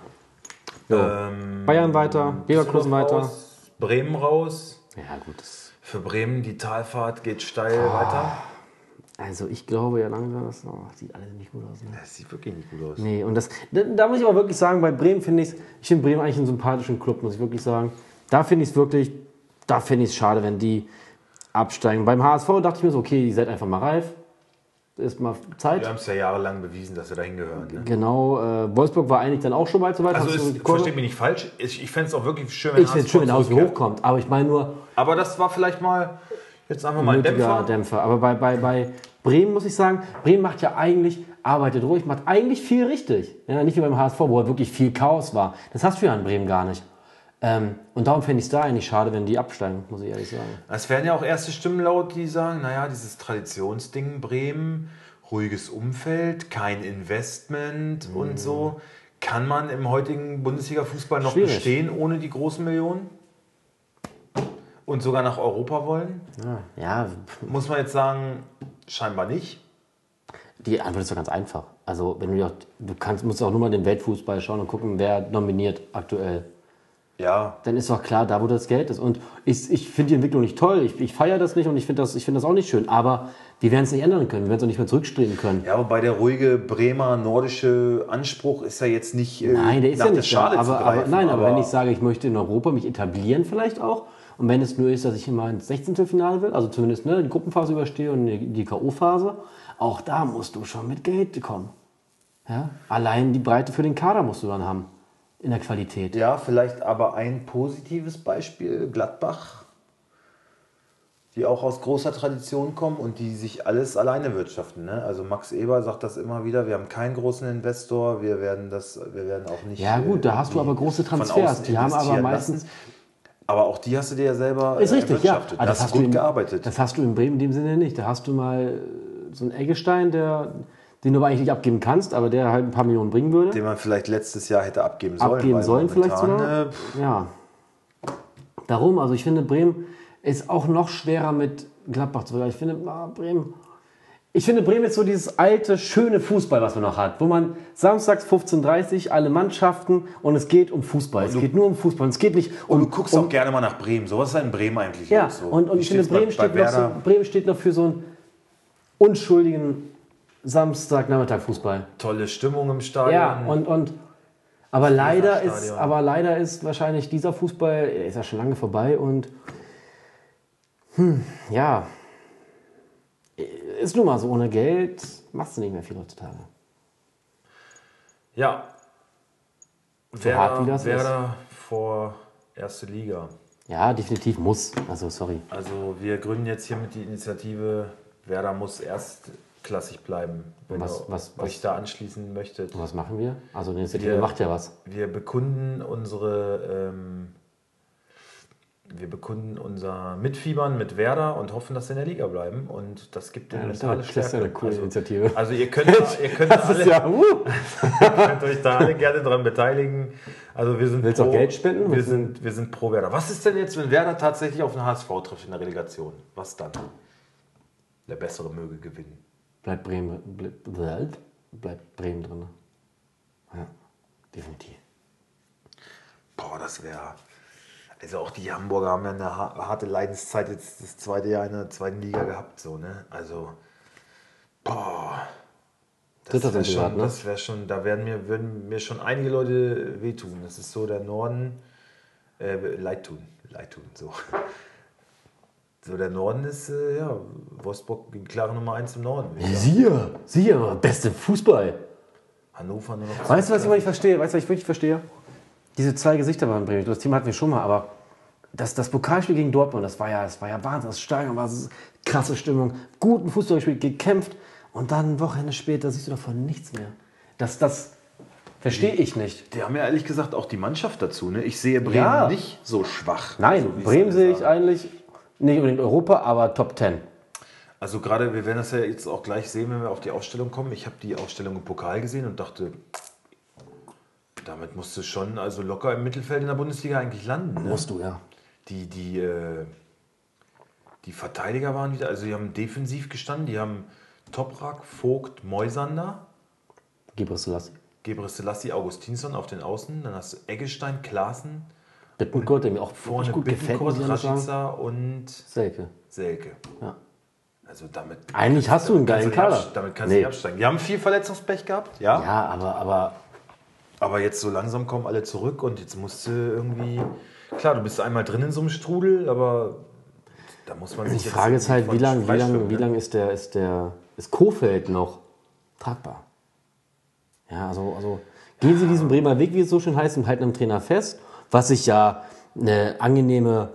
S1: Jo. Bayern weiter, Leverkusen weiter.
S2: Raus, Bremen raus.
S1: Ja, gut. Das,
S2: Für Bremen die Talfahrt geht steil
S1: Ah.
S2: weiter.
S1: also, ich glaube ja langsam, das oh, sieht alles nicht gut aus. Ne?
S2: Das sieht wirklich nicht gut aus.
S1: Nee, und das, da, da muss ich aber wirklich sagen, bei Bremen finde ich ich finde Bremen eigentlich einen sympathischen Club, muss ich wirklich sagen. Da finde ich es wirklich, da finde ich es schade, wenn die absteigen. Beim HSV dachte ich mir so, okay, ihr seid einfach mal reif, ist mal Zeit.
S2: Wir haben es ja jahrelang bewiesen, dass wir dahin gehören. Ne?
S1: Genau, äh, Wolfsburg war eigentlich dann auch schon weit so weit.
S2: Also
S1: hast du die
S2: ist,
S1: Kurve?
S2: versteht mich nicht falsch. Ich, ich fände es auch wirklich schön,
S1: ich finde es schön, wenn der
S2: HSV
S1: HSV hochkommt, aber ich meine nur,
S2: Aber das war vielleicht mal, jetzt einfach mal ein
S1: nötiger
S2: Dämpfer.
S1: Dämpfer. Aber bei, bei, bei Bremen muss ich sagen, Bremen macht ja eigentlich, arbeitet ruhig, macht eigentlich viel richtig. Ja, nicht wie beim HSV, wo halt wirklich viel Chaos war. Das hast du ja in Bremen gar nicht. Ähm, und darum fände ich es da eigentlich schade, wenn die absteigen, muss ich ehrlich sagen.
S2: Es werden ja auch erste Stimmen laut, die sagen, naja, dieses Traditionsding Bremen, ruhiges Umfeld, kein Investment
S1: Mhm.
S2: und so. Kann man im heutigen Bundesliga-Fußball noch
S1: Schwierig.
S2: bestehen ohne die großen Millionen? Und sogar nach Europa wollen?
S1: Ja, ja
S2: Muss man jetzt sagen, scheinbar nicht.
S1: die Antwort ist doch ganz einfach. Also, wenn du, dir auch, du kannst, musst auch nur mal den Weltfußball schauen und gucken, wer nominiert aktuell.
S2: Ja,
S1: dann ist doch klar, da wo das Geld ist. Und ich, ich finde die Entwicklung nicht toll, ich, ich feiere das nicht und ich finde das, ich find das auch nicht schön. Aber wir werden es nicht ändern können, wir werden es auch nicht mehr zurückstreben können.
S2: Ja, wobei der ruhige Bremer nordische Anspruch ist ja jetzt nicht äh,
S1: Nein, der ist
S2: nach
S1: ja nicht
S2: der Schale
S1: da.
S2: zu
S1: Aber,
S2: greifen.
S1: aber, nein, aber, wenn ich sage, ich möchte in Europa mich etablieren vielleicht auch und wenn es nur ist, dass ich immer ins 16. Finale will, also zumindest ne, die Gruppenphase überstehe und die die K.O. Phase, auch da musst du schon mit Geld kommen. Ja? Allein die Breite für den Kader musst du dann haben in der Qualität.
S2: ja, vielleicht aber ein positives Beispiel, Gladbach, die auch aus großer Tradition kommen und die sich alles alleine wirtschaften. Ne? Also Max Eber sagt das immer wieder, wir haben keinen großen Investor, wir werden das, wir werden auch nicht.
S1: Ja, gut, da hast du
S2: irgendwie
S1: aber große
S2: Äh, von außen
S1: Transfers, die haben aber
S2: investieren
S1: meistens-
S2: lassen. Aber auch die hast du dir ja selber
S1: Ist
S2: äh,
S1: richtig, ja.
S2: erwirtschaftet.
S1: Aber
S2: Da hast, du
S1: du
S2: gut
S1: in,
S2: gearbeitet.
S1: Das hast du in Bremen in dem Sinne nicht. Da hast du mal äh, so einen Eggestein, der, den du aber eigentlich nicht abgeben kannst, aber der halt ein paar Millionen bringen würde.
S2: den man vielleicht letztes Jahr hätte abgeben sollen.
S1: abgeben
S2: weil
S1: sollen vielleicht sogar.
S2: momentan, äh,
S1: ja. Darum, also ich finde, Bremen ist auch noch schwerer mit Gladbach zu vergleichen. Ich finde, ah, Bremen. Ich finde, Bremen ist so dieses alte, schöne Fußball, was man noch hat, wo man samstags 15.30 Uhr alle Mannschaften und es geht um Fußball. Es geht nur um Fußball. Und es geht nicht um.
S2: Du guckst auch gerne mal nach Bremen. So was ist da in Bremen eigentlich
S1: Ja,
S2: los? So.
S1: und, und
S2: Wie
S1: ich finde,
S2: steht's bei-
S1: Bremen
S2: bei
S1: steht, noch so,
S2: Werder?
S1: Bremen steht noch für so einen unschuldigen Samstagnachmittag-Fußball.
S2: tolle Stimmung im Stadion.
S1: Ja, und, und aber leider ist,
S2: Stadion.
S1: aber leider ist wahrscheinlich dieser Fußball, er ist ja schon lange vorbei und hm, Ja. Ist nun mal so, ohne Geld machst du nicht mehr viel heutzutage.
S2: Ja. So
S1: hart wie das ist.
S2: Werder vor erste Liga.
S1: Ja, definitiv muss. Also, sorry.
S2: Also wir gründen jetzt hiermit die Initiative Werder muss erstklassig bleiben. Wenn
S1: Was-
S2: ihr
S1: was-
S2: euch
S1: was-
S2: da anschließen möchtet.
S1: Und was machen wir? Also, eine Initiative
S2: Wir-
S1: macht ja was.
S2: Wir bekunden unsere ähm, wir bekunden unser Mitfiebern mit Werder und hoffen, dass sie in der Liga bleiben. Und das gibt den
S1: Ja, das ist
S2: mentale
S1: aber- das ist
S2: Stärke.
S1: ja eine coole
S2: also,
S1: Initiative.
S2: also ihr könnt, ihr könnt,
S1: Das
S2: alle,
S1: ist ja. Uh,
S2: könnt euch da alle gerne dran beteiligen. Also wir sind
S1: Willst du auch Geld spenden?
S2: Wir
S1: Willst du-
S2: sind, wir sind pro Werder. Was ist denn jetzt, wenn Werder tatsächlich auf den HSV trifft in der Relegation? Was dann? Der Bessere möge gewinnen.
S1: bleibt Bremen. Bleibt bleibt Bremen drin. Ja, definitiv.
S2: Boah, das wäre. Also auch die Hamburger haben ja eine ha- harte Leidenszeit jetzt das zweite Jahr in der zweiten Liga gehabt, so, ne? Also. Boah. Das
S1: Dritter sind
S2: wäre
S1: sie
S2: schon,
S1: gerade, ne?
S2: das wär schon, da werden mir, würden mir schon einige Leute wehtun. Das ist so der Norden. Äh, leid tun. Leid tun, so. So, der Norden ist, äh, ja, Wolfsburg die klare Nummer 1 im Norden. würde ich sagen.
S1: Siehe, siehe, beste Fußball.
S2: Hannover nur noch.
S1: Weißt du, was ich immer nicht verstehe? Weißt du, was ich wirklich verstehe? Diese zwei Gesichter waren Bremen. Das Thema hatten wir schon mal, aber das, das Pokalspiel gegen Dortmund, das war ja, das war ja Wahnsinn. Das Stadion war so- krasse Stimmung, guten Fußball gespielt, gekämpft und dann ein Wochenende später siehst du davon nichts mehr. Das, das verstehe ich nicht.
S2: Die haben ja ehrlich gesagt auch die Mannschaft dazu, ne? Ich sehe Bremen
S1: Ja.
S2: nicht so schwach.
S1: Nein,
S2: so wie es
S1: Bremen
S2: alle
S1: sehe ich
S2: sagen.
S1: eigentlich nicht unbedingt Europa, aber Top 10.
S2: Also gerade, wir werden das ja jetzt auch gleich sehen, wenn wir auf die Ausstellung kommen. Ich habe die Ausstellung im Pokal gesehen und dachte, damit musst du schon also locker im Mittelfeld in der Bundesliga eigentlich landen. Ne?
S1: Musst du, ja.
S2: Die, die, äh, die Verteidiger waren wieder, also die haben defensiv gestanden, die haben Toprak, Vogt, Moisander,
S1: Gibris Selassie.
S2: Gebre Selassie, Augustinsson auf den Außen, dann hast du Eggestein, Klaassen,
S1: Bittenkurt, der mir auch
S2: vorne
S1: wirklich gut gefällt, muss
S2: Bittencourt,
S1: ich ehrlich sagen.
S2: Rashica und
S1: Selke.
S2: Selke.
S1: Ja.
S2: Also damit
S1: Eigentlich hast du einen geilen
S2: kannst du nicht
S1: Kader.
S2: abste- damit kannst du nicht absteigen. Die haben viel Verletzungspech gehabt, ja.
S1: Ja, aber, aber
S2: Aber jetzt so langsam kommen alle zurück und jetzt musst du irgendwie. Klar, du bist einmal drin in so einem Strudel, aber da muss man sich
S1: Die
S2: jetzt
S1: Frage ist halt, wie
S2: irgendwie
S1: lange
S2: von
S1: wie lang,
S2: freischwimmen,
S1: wie
S2: ne?
S1: lang ist der, ist der, ist Kofeld noch tragbar? Ja, also, also gehen Sie diesen Bremer Weg, wie es so schön heißt, und halten am Trainer fest, was ich ja eine angenehme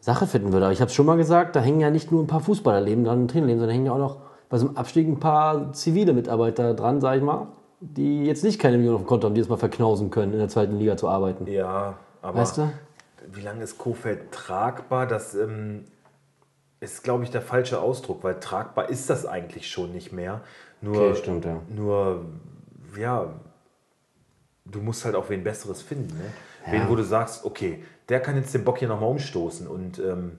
S1: Sache finden würde. Aber ich habe es schon mal gesagt, da hängen ja nicht nur ein paar Fußballerleben dran, ein Trainerleben, sondern hängen ja auch noch bei so einem Abstieg ein paar zivile Mitarbeiter dran, sag ich mal, die jetzt nicht keine Million auf dem Konto haben, die es mal verknausen können, in der zweiten Liga zu arbeiten.
S2: Ja, aber
S1: Weißt du?
S2: wie lange ist Kofeld tragbar? Das ähm, ist, glaube ich, der falsche Ausdruck, weil tragbar ist das eigentlich schon nicht mehr. Nur,
S1: Okay, stimmt, ja.
S2: nur ja, du musst halt auch wen Besseres finden. Ne? Wen, wo du sagst, okay, der kann jetzt den Bock hier nochmal umstoßen. Und ähm,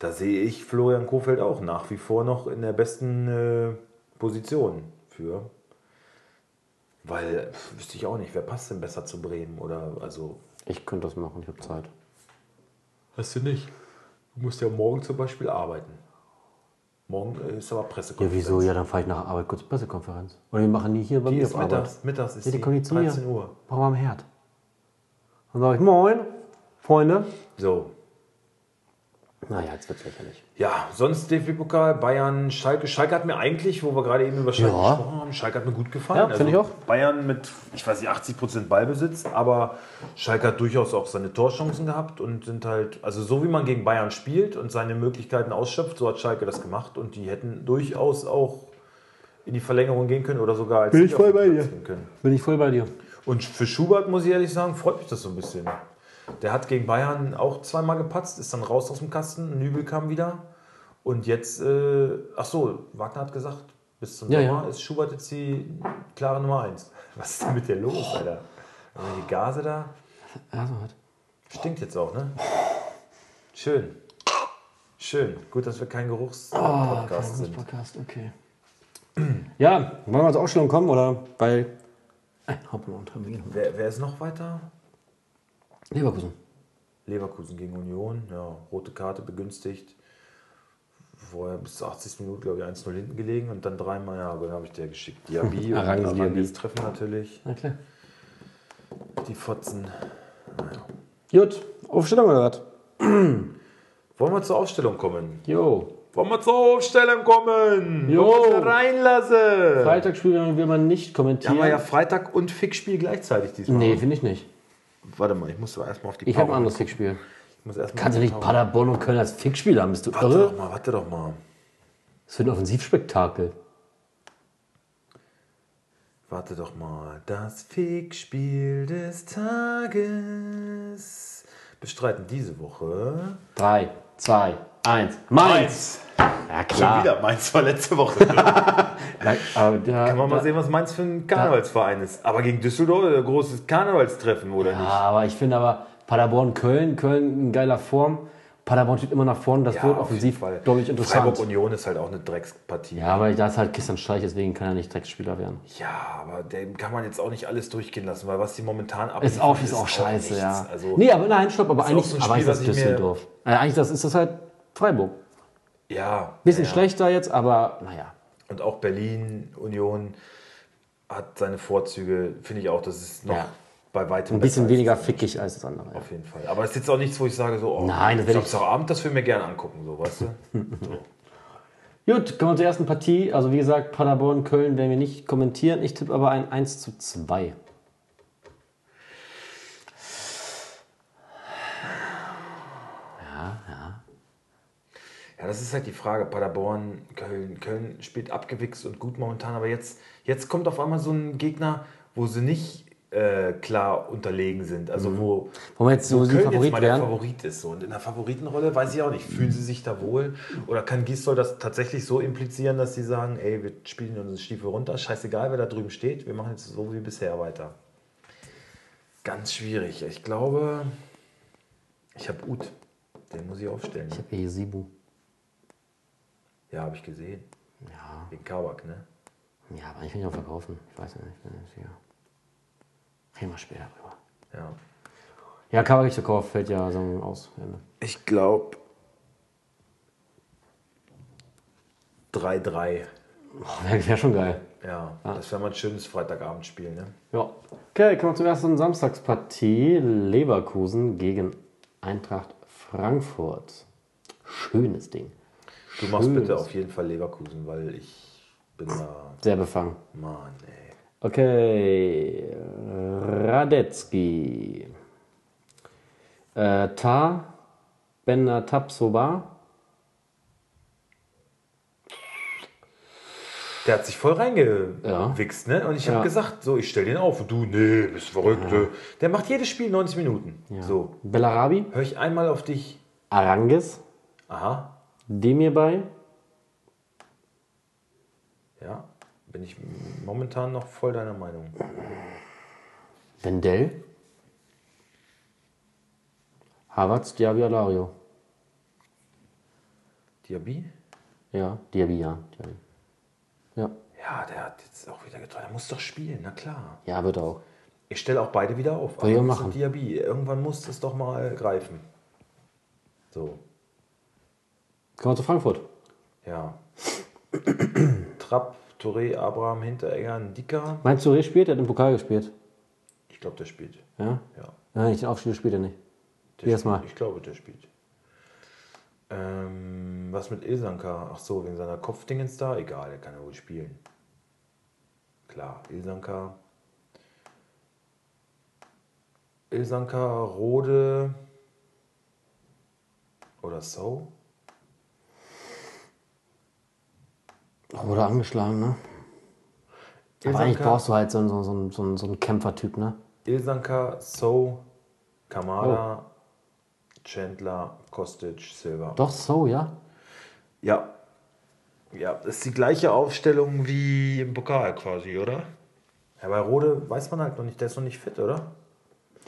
S2: da sehe ich Florian Kofeld auch nach wie vor noch in der besten äh, Position für. Weil, pf, wüsste ich auch nicht, wer passt denn besser zu Bremen? Oder also
S1: Ich könnte das machen, ich habe Zeit.
S2: Hast du nicht. Du musst ja morgen zum Beispiel arbeiten. Morgen äh, ist aber
S1: Ja,
S2: Pressekonferenz.
S1: wieso? Ja, dann fahre ich nach Arbeit kurz Pressekonferenz. Oder wir machen die hier bei
S2: Die
S1: mir
S2: ist
S1: auf Arbeit.
S2: mittags, mittags ist
S1: Ja, die
S2: die,
S1: kommen die zu
S2: 13
S1: mir.
S2: Uhr.
S1: Machen wir am Herd. Dann sage ich, moin, Freunde.
S2: So.
S1: Naja, jetzt wird's lächerlich.
S2: Ja, sonst DFB-Pokal, Bayern, Schalke. Schalke hat mir eigentlich, wo wir gerade eben über Schalke
S1: Ja.
S2: gesprochen haben, Schalke hat mir gut gefallen. Also
S1: Ja, finde ich auch.
S2: Bayern mit, ich weiß nicht, 80% Ballbesitz, aber Schalke hat durchaus auch seine Torchancen gehabt und sind halt, also so wie man gegen Bayern spielt und seine Möglichkeiten ausschöpft, so hat Schalke das gemacht und die hätten durchaus auch in die Verlängerung gehen können oder sogar als
S1: Bin
S2: Sieg
S1: ich voll
S2: auf den
S1: bei
S2: Platz
S1: dir.
S2: gehen Können.
S1: Bin ich voll bei dir.
S2: Und für Schubert muss ich ehrlich sagen, freut mich das so ein bisschen. Der hat gegen Bayern auch zweimal gepatzt, ist dann raus aus dem Kasten. Nübel kam wieder. Und jetzt, äh, ach so, Wagner hat gesagt, bis zum
S1: Ja,
S2: Sommer
S1: ja.
S2: ist Schubert jetzt die klare Nummer eins. Was ist denn mit dir los, Alter? Also die Gase da
S1: Ja, so halt.
S2: stinkt jetzt auch, ne? Schön. Schön. Gut, dass wir kein
S1: Ah,
S2: Geruchspodcast
S1: kein
S2: sind.
S1: Podcast, okay. ja, wollen wir zur Ausstellung kommen oder? Weil. Ey, hopp, Äh, noch ein Termin.
S2: Wer, wer ist noch weiter?
S1: Leverkusen.
S2: Leverkusen gegen Union, ja, rote Karte begünstigt. Vorher bis zur 80. Minute, glaube ich, 1-0 hinten gelegen und dann dreimal, ja, wen habe ich dir geschickt? Diaby und
S1: Arangis, Diaby.
S2: Arangis treffen natürlich.
S1: Na klar.
S2: Die Fotzen.
S1: Gut, Aufstellung oder was?
S2: Wollen wir zur Aufstellung kommen?
S1: Jo,
S2: Wollen wir zur Aufstellung kommen?
S1: Jo.
S2: Wollen wir uns reinlassen?
S1: Freitagsspiel will man nicht
S2: haben
S1: kommentieren.
S2: wir ja Freitag und Fickspiel gleichzeitig diesmal.
S1: nee, finde ich nicht.
S2: Warte mal, ich muss aber erstmal auf die
S1: Ich habe ein anderes Fickspiel.
S2: Ich muss erstmal
S1: Kannst du nicht Paderborn und Köln als Fickspiel haben? Bist du
S2: Warte
S1: irre?
S2: doch mal, warte doch mal.
S1: Das wird ein Offensivspektakel.
S2: Warte doch mal. Das Fickspiel des Tages. Bestreiten diese Woche.
S1: 3, 2, 1, Mainz! Ja,
S2: Schon
S1: klar.
S2: wieder Mainz war letzte Woche. Kann
S1: Da, aber da,
S2: man mal
S1: da,
S2: sehen, was Mainz für ein Karnevalsverein ist. Aber gegen Düsseldorf ein großes Karnevalstreffen, oder
S1: ja, aber ich finde aber Paderborn, Köln, Köln in geiler Form. Paderborn steht immer nach vorne, das
S2: nicht?
S1: wird
S2: auf jeden
S1: offensiv,
S2: Fall.
S1: glaube ich, interessant.
S2: Freiburg Union ist halt auch eine Dreckspartie.
S1: Ja, aber da ist halt Christian Streich, deswegen kann er nicht Drecksspieler werden.
S2: Ja, aber dem kann man jetzt auch nicht alles durchgehen lassen, weil was die momentan ab
S1: Ist auch, ist auch scheiße,
S2: nichts.
S1: ja.
S2: Also,
S1: nee, aber nein, stopp, aber
S2: auch
S1: eigentlich,
S2: so ein
S1: aber ist
S2: Spiel,
S1: das
S2: was ich mir-
S1: Düsseldorf. Äh, eigentlich das, ist das halt Freiburg.
S2: ja.
S1: Bisschen
S2: naja.
S1: schlechter jetzt, aber naja.
S2: Und auch Berlin, Union hat seine Vorzüge, finde ich auch, das ist noch
S1: Ja.
S2: bei weitem
S1: Ein bisschen
S2: besser als-
S1: weniger fickig als das andere. Ja.
S2: Auf jeden Fall. Aber das ist jetzt auch nichts, wo ich sage, so, oh,
S1: Nein, das werde ich-
S2: Samstagabend, das will ich mir gerne angucken, so, weißt du? so.
S1: Gut, kommen wir zur ersten Partie. Also wie gesagt, Paderborn, Köln werden wir nicht kommentieren. Ich tippe aber ein 1 zu 2.
S2: Ja, das ist halt die Frage. Paderborn, Köln. Köln spielt abgewichst und gut momentan, aber jetzt, jetzt kommt auf einmal so ein Gegner, wo sie nicht äh, klar unterlegen sind. Also
S1: Mhm.
S2: wo
S1: Wollen wir jetzt so die
S2: Köln jetzt
S1: Favorit
S2: mal der
S1: werden?
S2: Favorit ist. So. Und in der Favoritenrolle weiß ich auch nicht, fühlen sie sich da wohl? Oder kann Gisdol das tatsächlich so implizieren, dass sie sagen, ey, wir spielen unsere Stiefel runter, scheißegal, wer da drüben steht, wir machen jetzt so wie bisher weiter. Ganz schwierig. Ich glaube, ich habe Ut. Den muss ich aufstellen.
S1: Ich eh habe hier Sibu.
S2: Ja, habe ich gesehen.
S1: Ja,
S2: Wegen Kabak, ne?
S1: ja, aber ich will ihn auch verkaufen. Ich weiß ja nicht, bin nicht sicher. Reden wir später drüber.
S2: Ja.
S1: Ja, Kabak ich Kauf fällt ja sagen wir, aus. Ja, ne?
S2: Ich glaube. 3-3.
S1: oh, Wäre wär schon geil.
S2: Ja,
S1: Ah.
S2: das wäre mal ein schönes Freitagabendspiel, ne?
S1: Ja. Okay, kommen wir zur ersten Samstagspartie. Leverkusen gegen Eintracht Frankfurt. Schönes Ding.
S2: Du machst
S1: Schönes.
S2: bitte auf jeden Fall Leverkusen, weil ich bin da.
S1: Sehr befangen.
S2: Mann, ey.
S1: Okay, Radetzky. Äh, Ta, Benna Tapsoba.
S2: Der hat sich voll reingewichst, ne? Und ich habe
S1: Ja.
S2: gesagt, so, ich stell den auf. Und du, nee, bist verrückt. ne? Der macht jedes Spiel 90 Minuten. So,
S1: Bellarabi,
S2: hör ich einmal auf dich.
S1: Arangis,
S2: Aha,
S1: Demirbay,
S2: ja. Bin ich momentan noch voll deiner Meinung.
S1: Wendell, Havertz, Diaby, Alario.
S2: Diaby?
S1: Ja, Diaby, ja. Diaby. Ja.
S2: Ja, der hat jetzt auch wieder getroffen. Er muss doch spielen, na klar.
S1: ja, wird auch.
S2: Ich stelle auch beide wieder auf.
S1: ich auch
S2: Adams und
S1: machen.
S2: Diaby. Irgendwann muss es doch mal greifen. So,
S1: Kommen wir zu Frankfurt.
S2: ja. Trapp, Touré, Abraham, Hinteregger, Dicker.
S1: Meinst du, Reh spielt? Er hat im Pokal gespielt.
S2: Ich glaube, der spielt.
S1: Ja?
S2: Ja.
S1: Nein, ich den Aufstieg spielt er nicht.
S2: Der
S1: Wie
S2: spielt.
S1: das mal?
S2: Ich glaube, der spielt. Ähm, was mit Ilsanka? Ach so, wegen seiner Kopfdingens da? Egal, der kann ja wohl spielen. Klar, Ilsanka. Ilsanka, Rode. Oder so?
S1: Wurde angeschlagen, ne? Aber eigentlich brauchst du halt so einen, so, einen- so, einen- so einen Kämpfertyp, ne?
S2: Ilsanka, So, Kamada, Oh. Chandler, Kostic, Silva.
S1: Doch, so, ja.
S2: Ja. Ja, das ist die gleiche Aufstellung wie im Pokal quasi, oder? Ja, bei Rode weiß man halt noch nicht, der ist noch nicht fit, oder?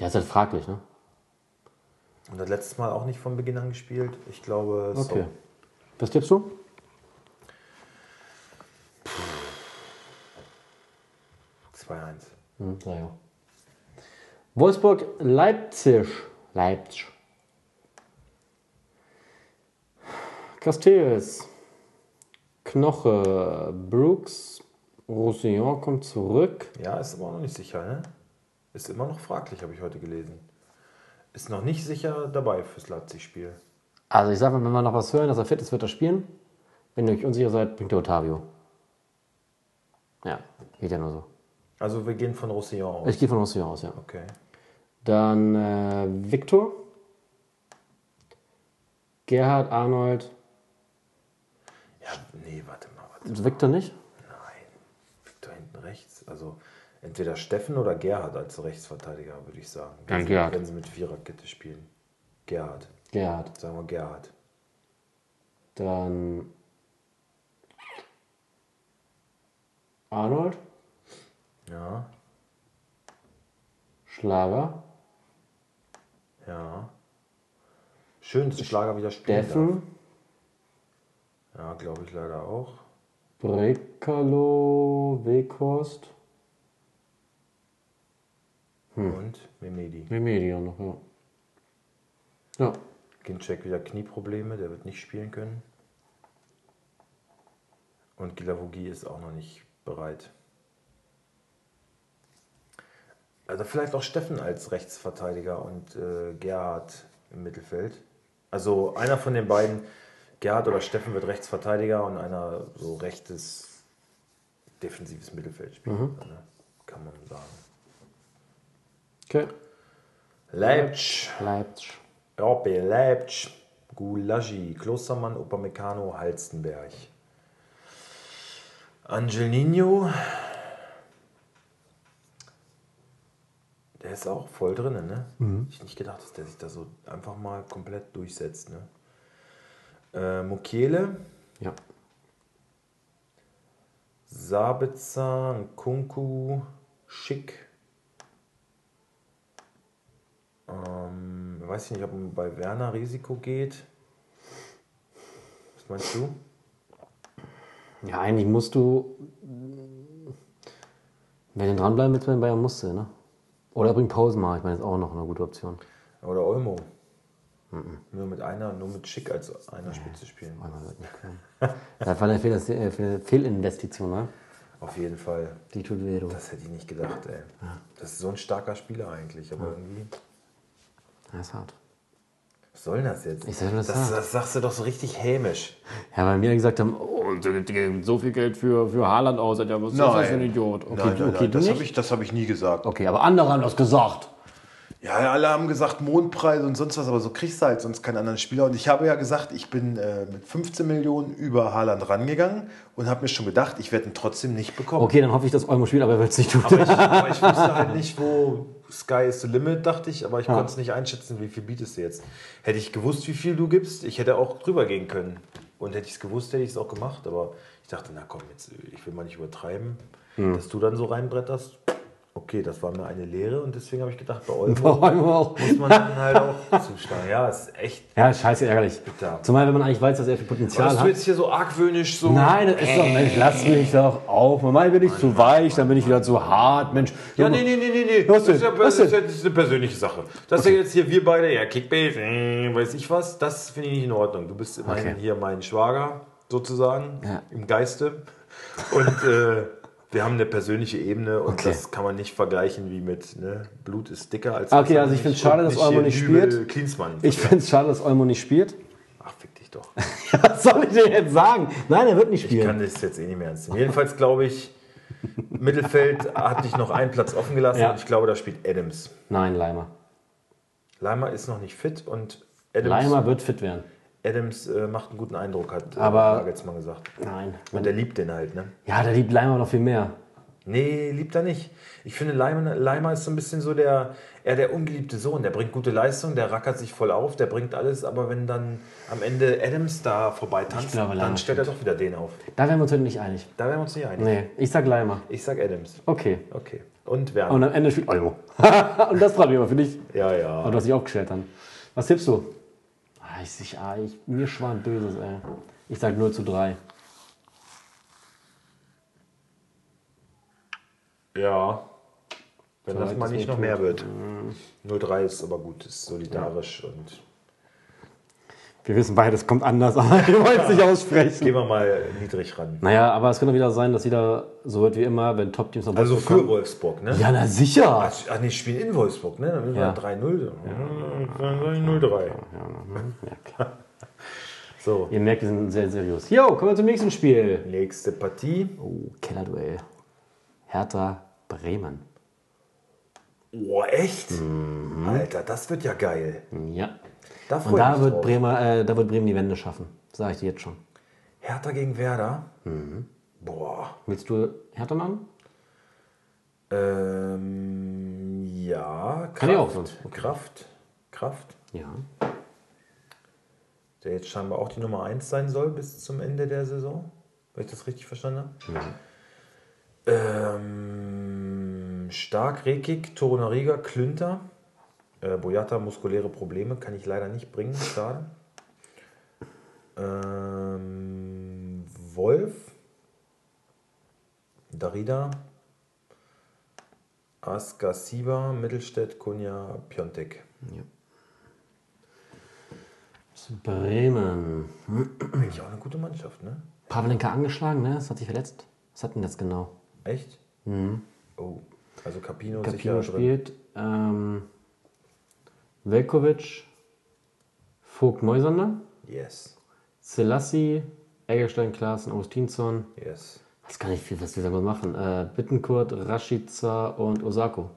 S1: Der ist halt fraglich, ne?
S2: Und hat letztes Mal auch nicht von Beginn an gespielt. Ich glaube,
S1: Okay. Was tippst du?
S2: so 2-1.
S1: Hm, naja. Wolfsburg, Leipzig. Leipzig. Castells. Knoche. Brooks. Roussillon kommt zurück.
S2: Ja, ist immer noch nicht sicher, ne? Ist immer noch fraglich, habe ich heute gelesen. Ist noch nicht sicher dabei fürs Leipzig-Spiel.
S1: Also ich sag mal, wenn wir noch was hören, dass er fit ist, wird er spielen. Wenn ihr euch unsicher seid, bringt ihr Otavio. Ja, geht ja nur so.
S2: Also wir gehen von Roussillon aus.
S1: Ich gehe von Roussillon aus, ja.
S2: Okay.
S1: Dann äh, Viktor, Gerhard, Arnold,
S2: Ja, nee, warte mal. Warte.
S1: Also Viktor nicht.
S2: Nein. Victor hinten rechts. Also entweder Steffen oder Gerhard als Rechtsverteidiger, würde ich sagen.
S1: Dann
S2: Wenn sie-
S1: Gerhard.
S2: Wenn sie mit Viererkette spielen. Gerhard.
S1: Gerhard.
S2: Sagen wir Gerhard.
S1: Dann Arnold,
S2: Ja.
S1: Schlager,
S2: Ja. Schön, dass Schlager wieder spielen
S1: Steffen,
S2: darf. Ja, glaube ich leider auch.
S1: Brekalo, Weghorst. Hm.
S2: Und Memedi.
S1: Media noch, ja. Ja,
S2: Ginczek wieder Knieprobleme, der wird nicht spielen können. Und Gilavogi ist auch noch nicht bereit. Also vielleicht auch Steffen als Rechtsverteidiger und äh, Gerhard im Mittelfeld. Also einer von den beiden, Gerhard oder Steffen wird Rechtsverteidiger und einer so rechtes defensives Mittelfeldspiel. Ne? Kann man sagen.
S1: okay.
S2: Leipzig.
S1: Leipzig.
S2: Orpe, Leipzig, Gulagi, Klostermann, Upamecano, Halstenberg. Angelino. Der ist auch voll drin, ne? Ich nicht gedacht, dass der sich da so einfach mal komplett durchsetzt, ne? Äh, Mukiele,
S1: Ja.
S2: Sabitzer, Kunku, Schick. Ähm, weiß ich nicht, ob man bei Werner Risiko geht. Was meinst du?
S1: Ja, eigentlich musst du. Wenn du dranbleiben willst bei den Bayern, musst du, ne? Oder bring Pausen mal, ich meine, ist auch noch eine gute Option.
S2: Oder Olmo?
S1: Mhm.
S2: Nur mit einer, nur mit Schick als einer Spitze spielen.
S1: Einmal wird nicht kommen. Das war eine Fehl- äh, Fehl- Fehlinvestition, ne?
S2: Auf jeden Fall.
S1: Die tut weh, du.
S2: Das hätte ich nicht gedacht, ey. Das ist so ein starker Spieler eigentlich, aber irgendwie.
S1: Das ist hart.
S2: Was soll denn das jetzt?
S1: Ich soll das
S2: das,
S1: sagen.
S2: das sagst du doch so richtig hämisch.
S1: Ja, weil wir gesagt haben, oh, und sie geben so viel Geld für, für Haaland aus, ja, was ist das für ein Idiot? Okay,
S3: nein,
S1: du,
S3: nein,
S1: okay,
S3: nein,
S1: du
S3: das
S1: nicht?
S3: habe ich, das hab ich nie gesagt.
S1: Okay, aber andere haben das gesagt.
S3: Ja, ja, alle haben gesagt Mondpreise und sonst was, aber so kriegst du halt sonst keinen anderen Spieler. Und ich habe ja gesagt, ich bin äh, mit 15 Millionen über Haaland rangegangen und habe mir schon gedacht, ich werde ihn trotzdem nicht bekommen.
S1: Okay, dann hoffe ich, dass Olmo spielt, aber er wird es nicht tun.
S2: Aber ich, aber ich wusste halt nicht, wo Sky is the Limit, dachte ich, aber ich konnte es nicht einschätzen, wie viel bietest du jetzt. Hätte ich gewusst, wie viel du gibst, ich hätte auch drüber gehen können. Und hätte ich es gewusst, hätte ich es auch gemacht. Aber ich dachte, na komm, jetzt, ich will mal nicht übertreiben, dass du dann so reinbretterst. Okay, das war mir eine Lehre und deswegen habe ich gedacht, bei Olmo
S1: Olmo auch.
S2: muss man dann halt auch zuschlagen. Ja, ist echt.
S1: Ja, scheiße, ärgerlich.
S2: Bitter.
S1: Zumal, wenn man eigentlich weiß, dass er viel Potenzial
S2: Dass du
S1: hat.
S2: jetzt hier so argwöhnisch so. Äh.
S1: Nein, das ist doch, Mensch, lass mich doch auf. Manchmal bin ich zu weich, dann bin ich wieder zu hart, Mensch.
S2: Ja, nee, nee, nee, nee, nee.
S1: Was
S2: das, ist ja,
S1: denn? Was
S2: das, ist ja, das ist eine persönliche Sache. Dass wir jetzt hier wir beide, ja, Kickbase, äh, weiß ich was, das finde ich nicht in Ordnung. Du bist immerhin
S1: Okay.
S2: hier mein Schwager, sozusagen,
S1: Ja.
S2: im Geiste. Und äh, wir haben eine persönliche Ebene und
S1: Okay.
S2: das kann man nicht vergleichen wie mit, ne, Blut ist dicker als
S1: Okay,
S2: Wasser
S1: also ich
S2: und
S1: find's
S2: nicht-
S1: schade,
S2: und
S1: dass Olmo
S2: hier
S1: nicht
S2: Nübel
S1: spielt.
S2: Klinsmann.
S1: Ich finde es schade, dass Olmo nicht spielt.
S2: Ach, fick dich doch.
S1: Was soll ich denn jetzt sagen? Nein, er wird nicht
S2: Ich
S1: spielen.
S2: kann das jetzt eh nicht mehr ernst nehmen. Jedenfalls glaube ich, Mittelfeld hatte ich noch einen Platz offen gelassen
S1: Ja.
S2: und ich glaube, da spielt Adams.
S1: Nein, Leimer.
S2: Leimer ist noch nicht fit und Adams,
S1: Leimer wird fit werden.
S2: Adams äh, macht einen guten Eindruck, hat äh,
S1: Aber-
S2: Nagelsmann gesagt.
S1: Nein.
S2: Und er liebt den halt, ne?
S1: Ja, da liebt Leimer noch viel mehr.
S2: Nee, liebt er nicht. Ich finde, Leimer, Leimer ist so ein bisschen so der, eher der ungeliebte Sohn. Der bringt gute Leistung, der rackert sich voll auf, der bringt alles, aber wenn dann am Ende Adams da vorbeitanzt,
S1: Ich glaube, Leimer
S2: dann stellt er doch wieder den auf.
S1: Da wären wir uns heute nicht einig.
S2: Da wären wir uns nicht einig.
S1: Nee, ich sag Leimer.
S2: Ich sag Adams.
S1: Okay.
S2: Okay. Und Werner.
S1: Und am Ende spielt Olmo. Und das frage ich aber für dich.
S2: ja,
S1: Aber
S2: ja.
S1: du hast dich aufgestellt dann. Was tippst du? Ah, ich, ich, ah, ich, mir schwant Böses, ey. Ich sag 0 zu 3.
S2: Ja. Wenn das
S1: Soweit
S2: mal
S1: es
S2: nicht
S1: mir
S2: noch
S1: tut.
S2: mehr wird. 0-3 ist aber gut, ist solidarisch und
S1: Wir wissen beide, es kommt anders, aber wir wollen es nicht aussprechen.
S2: gehen wir mal niedrig ran.
S1: Naja, aber es könnte wieder sein, dass wieder so wird wie immer, wenn Top-Teams noch
S2: Also
S1: Wolfsburg
S2: für Wolfsburg, ne?
S1: kommen. Ja, na sicher.
S2: Ach, ach nee, spielen in Wolfsburg, ne? Dann müssen
S1: Ja.
S2: wir 3-0. Dann sag ich 0-3.
S1: Ja, na, hm, ja, klar.
S2: So,
S1: Ihr merkt, wir sind sehr seriös. Jo, kommen wir zum nächsten Spiel.
S2: nächste Partie.
S1: Oh, Kellerduell. Hertha Bremen.
S2: Oh, echt? Alter, das wird ja geil.
S1: Ja.
S2: Mhm. Da
S1: Und
S2: freue ich
S1: da
S2: mich
S1: wird,
S2: drauf.
S1: Bremer, äh, da wird Bremen die Wende schaffen. Sage ich dir jetzt schon.
S2: Hertha gegen Werder. Boah.
S1: Willst du Hertha machen?
S2: Ähm, ja, Kraft.
S1: Kann ich auch sonst. Okay.
S2: Kraft. Kraft.
S1: Ja.
S2: Der jetzt scheinbar auch die Nummer 1 sein soll bis zum Ende der Saison. Wenn ich das richtig verstanden habe. Ähm, stark, Rekik, Torunariga, Klünter. Äh, Boyata, muskuläre Probleme kann ich leider nicht bringen. Schade. Ähm, Wolf. Darida. Aska Siba, Mittelstädt, Kunja, Piontek.
S1: Bremen.
S2: Eigentlich auch eine gute Mannschaft, ne?
S1: Pavlenka angeschlagen, ne? Das hat sich verletzt. Was hat denn das genau?
S2: Echt? Oh, also Capino,
S1: Mhm. Capino
S2: sicher drin.
S1: spielt. Ähm, Velkovic, Vogt Moisander,
S2: Yes,
S1: Selassie, Eggerstein, Klaassen, Augustinsson.
S2: yes.
S1: Das kann ich viel, was wir selber machen. Äh, Bittenkurt, Rashica und Osako.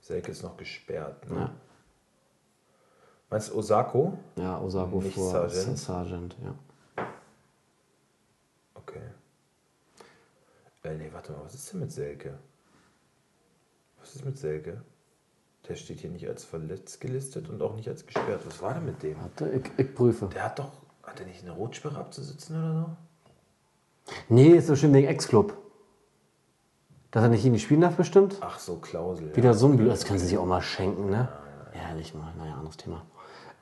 S2: Selke ist noch gesperrt. Ne?
S1: Ja,
S2: Meinst du Osako?
S1: ja Osako
S2: Nicht
S1: vor
S2: Sargent.
S1: Sargent. Sargent ja.
S2: Okay. Äh, nee, warte mal, was ist denn mit Selke? Was ist mit Selke? Der steht hier nicht als verletzt gelistet und auch nicht als gesperrt. Was war denn mit dem?
S1: Warte, ich, ich prüfe.
S2: Der hat doch. Hat er nicht eine Rotsperre abzusitzen oder so?
S1: Nee, ist so schön wegen Ex-Club. Dass er nicht irgendwie spielen darf, bestimmt.
S2: Ach so, Klausel. Ja.
S1: Wieder so ein Blöd. Das können sie sich auch mal schenken, ne? Ehrlich mal, naja, anderes Thema.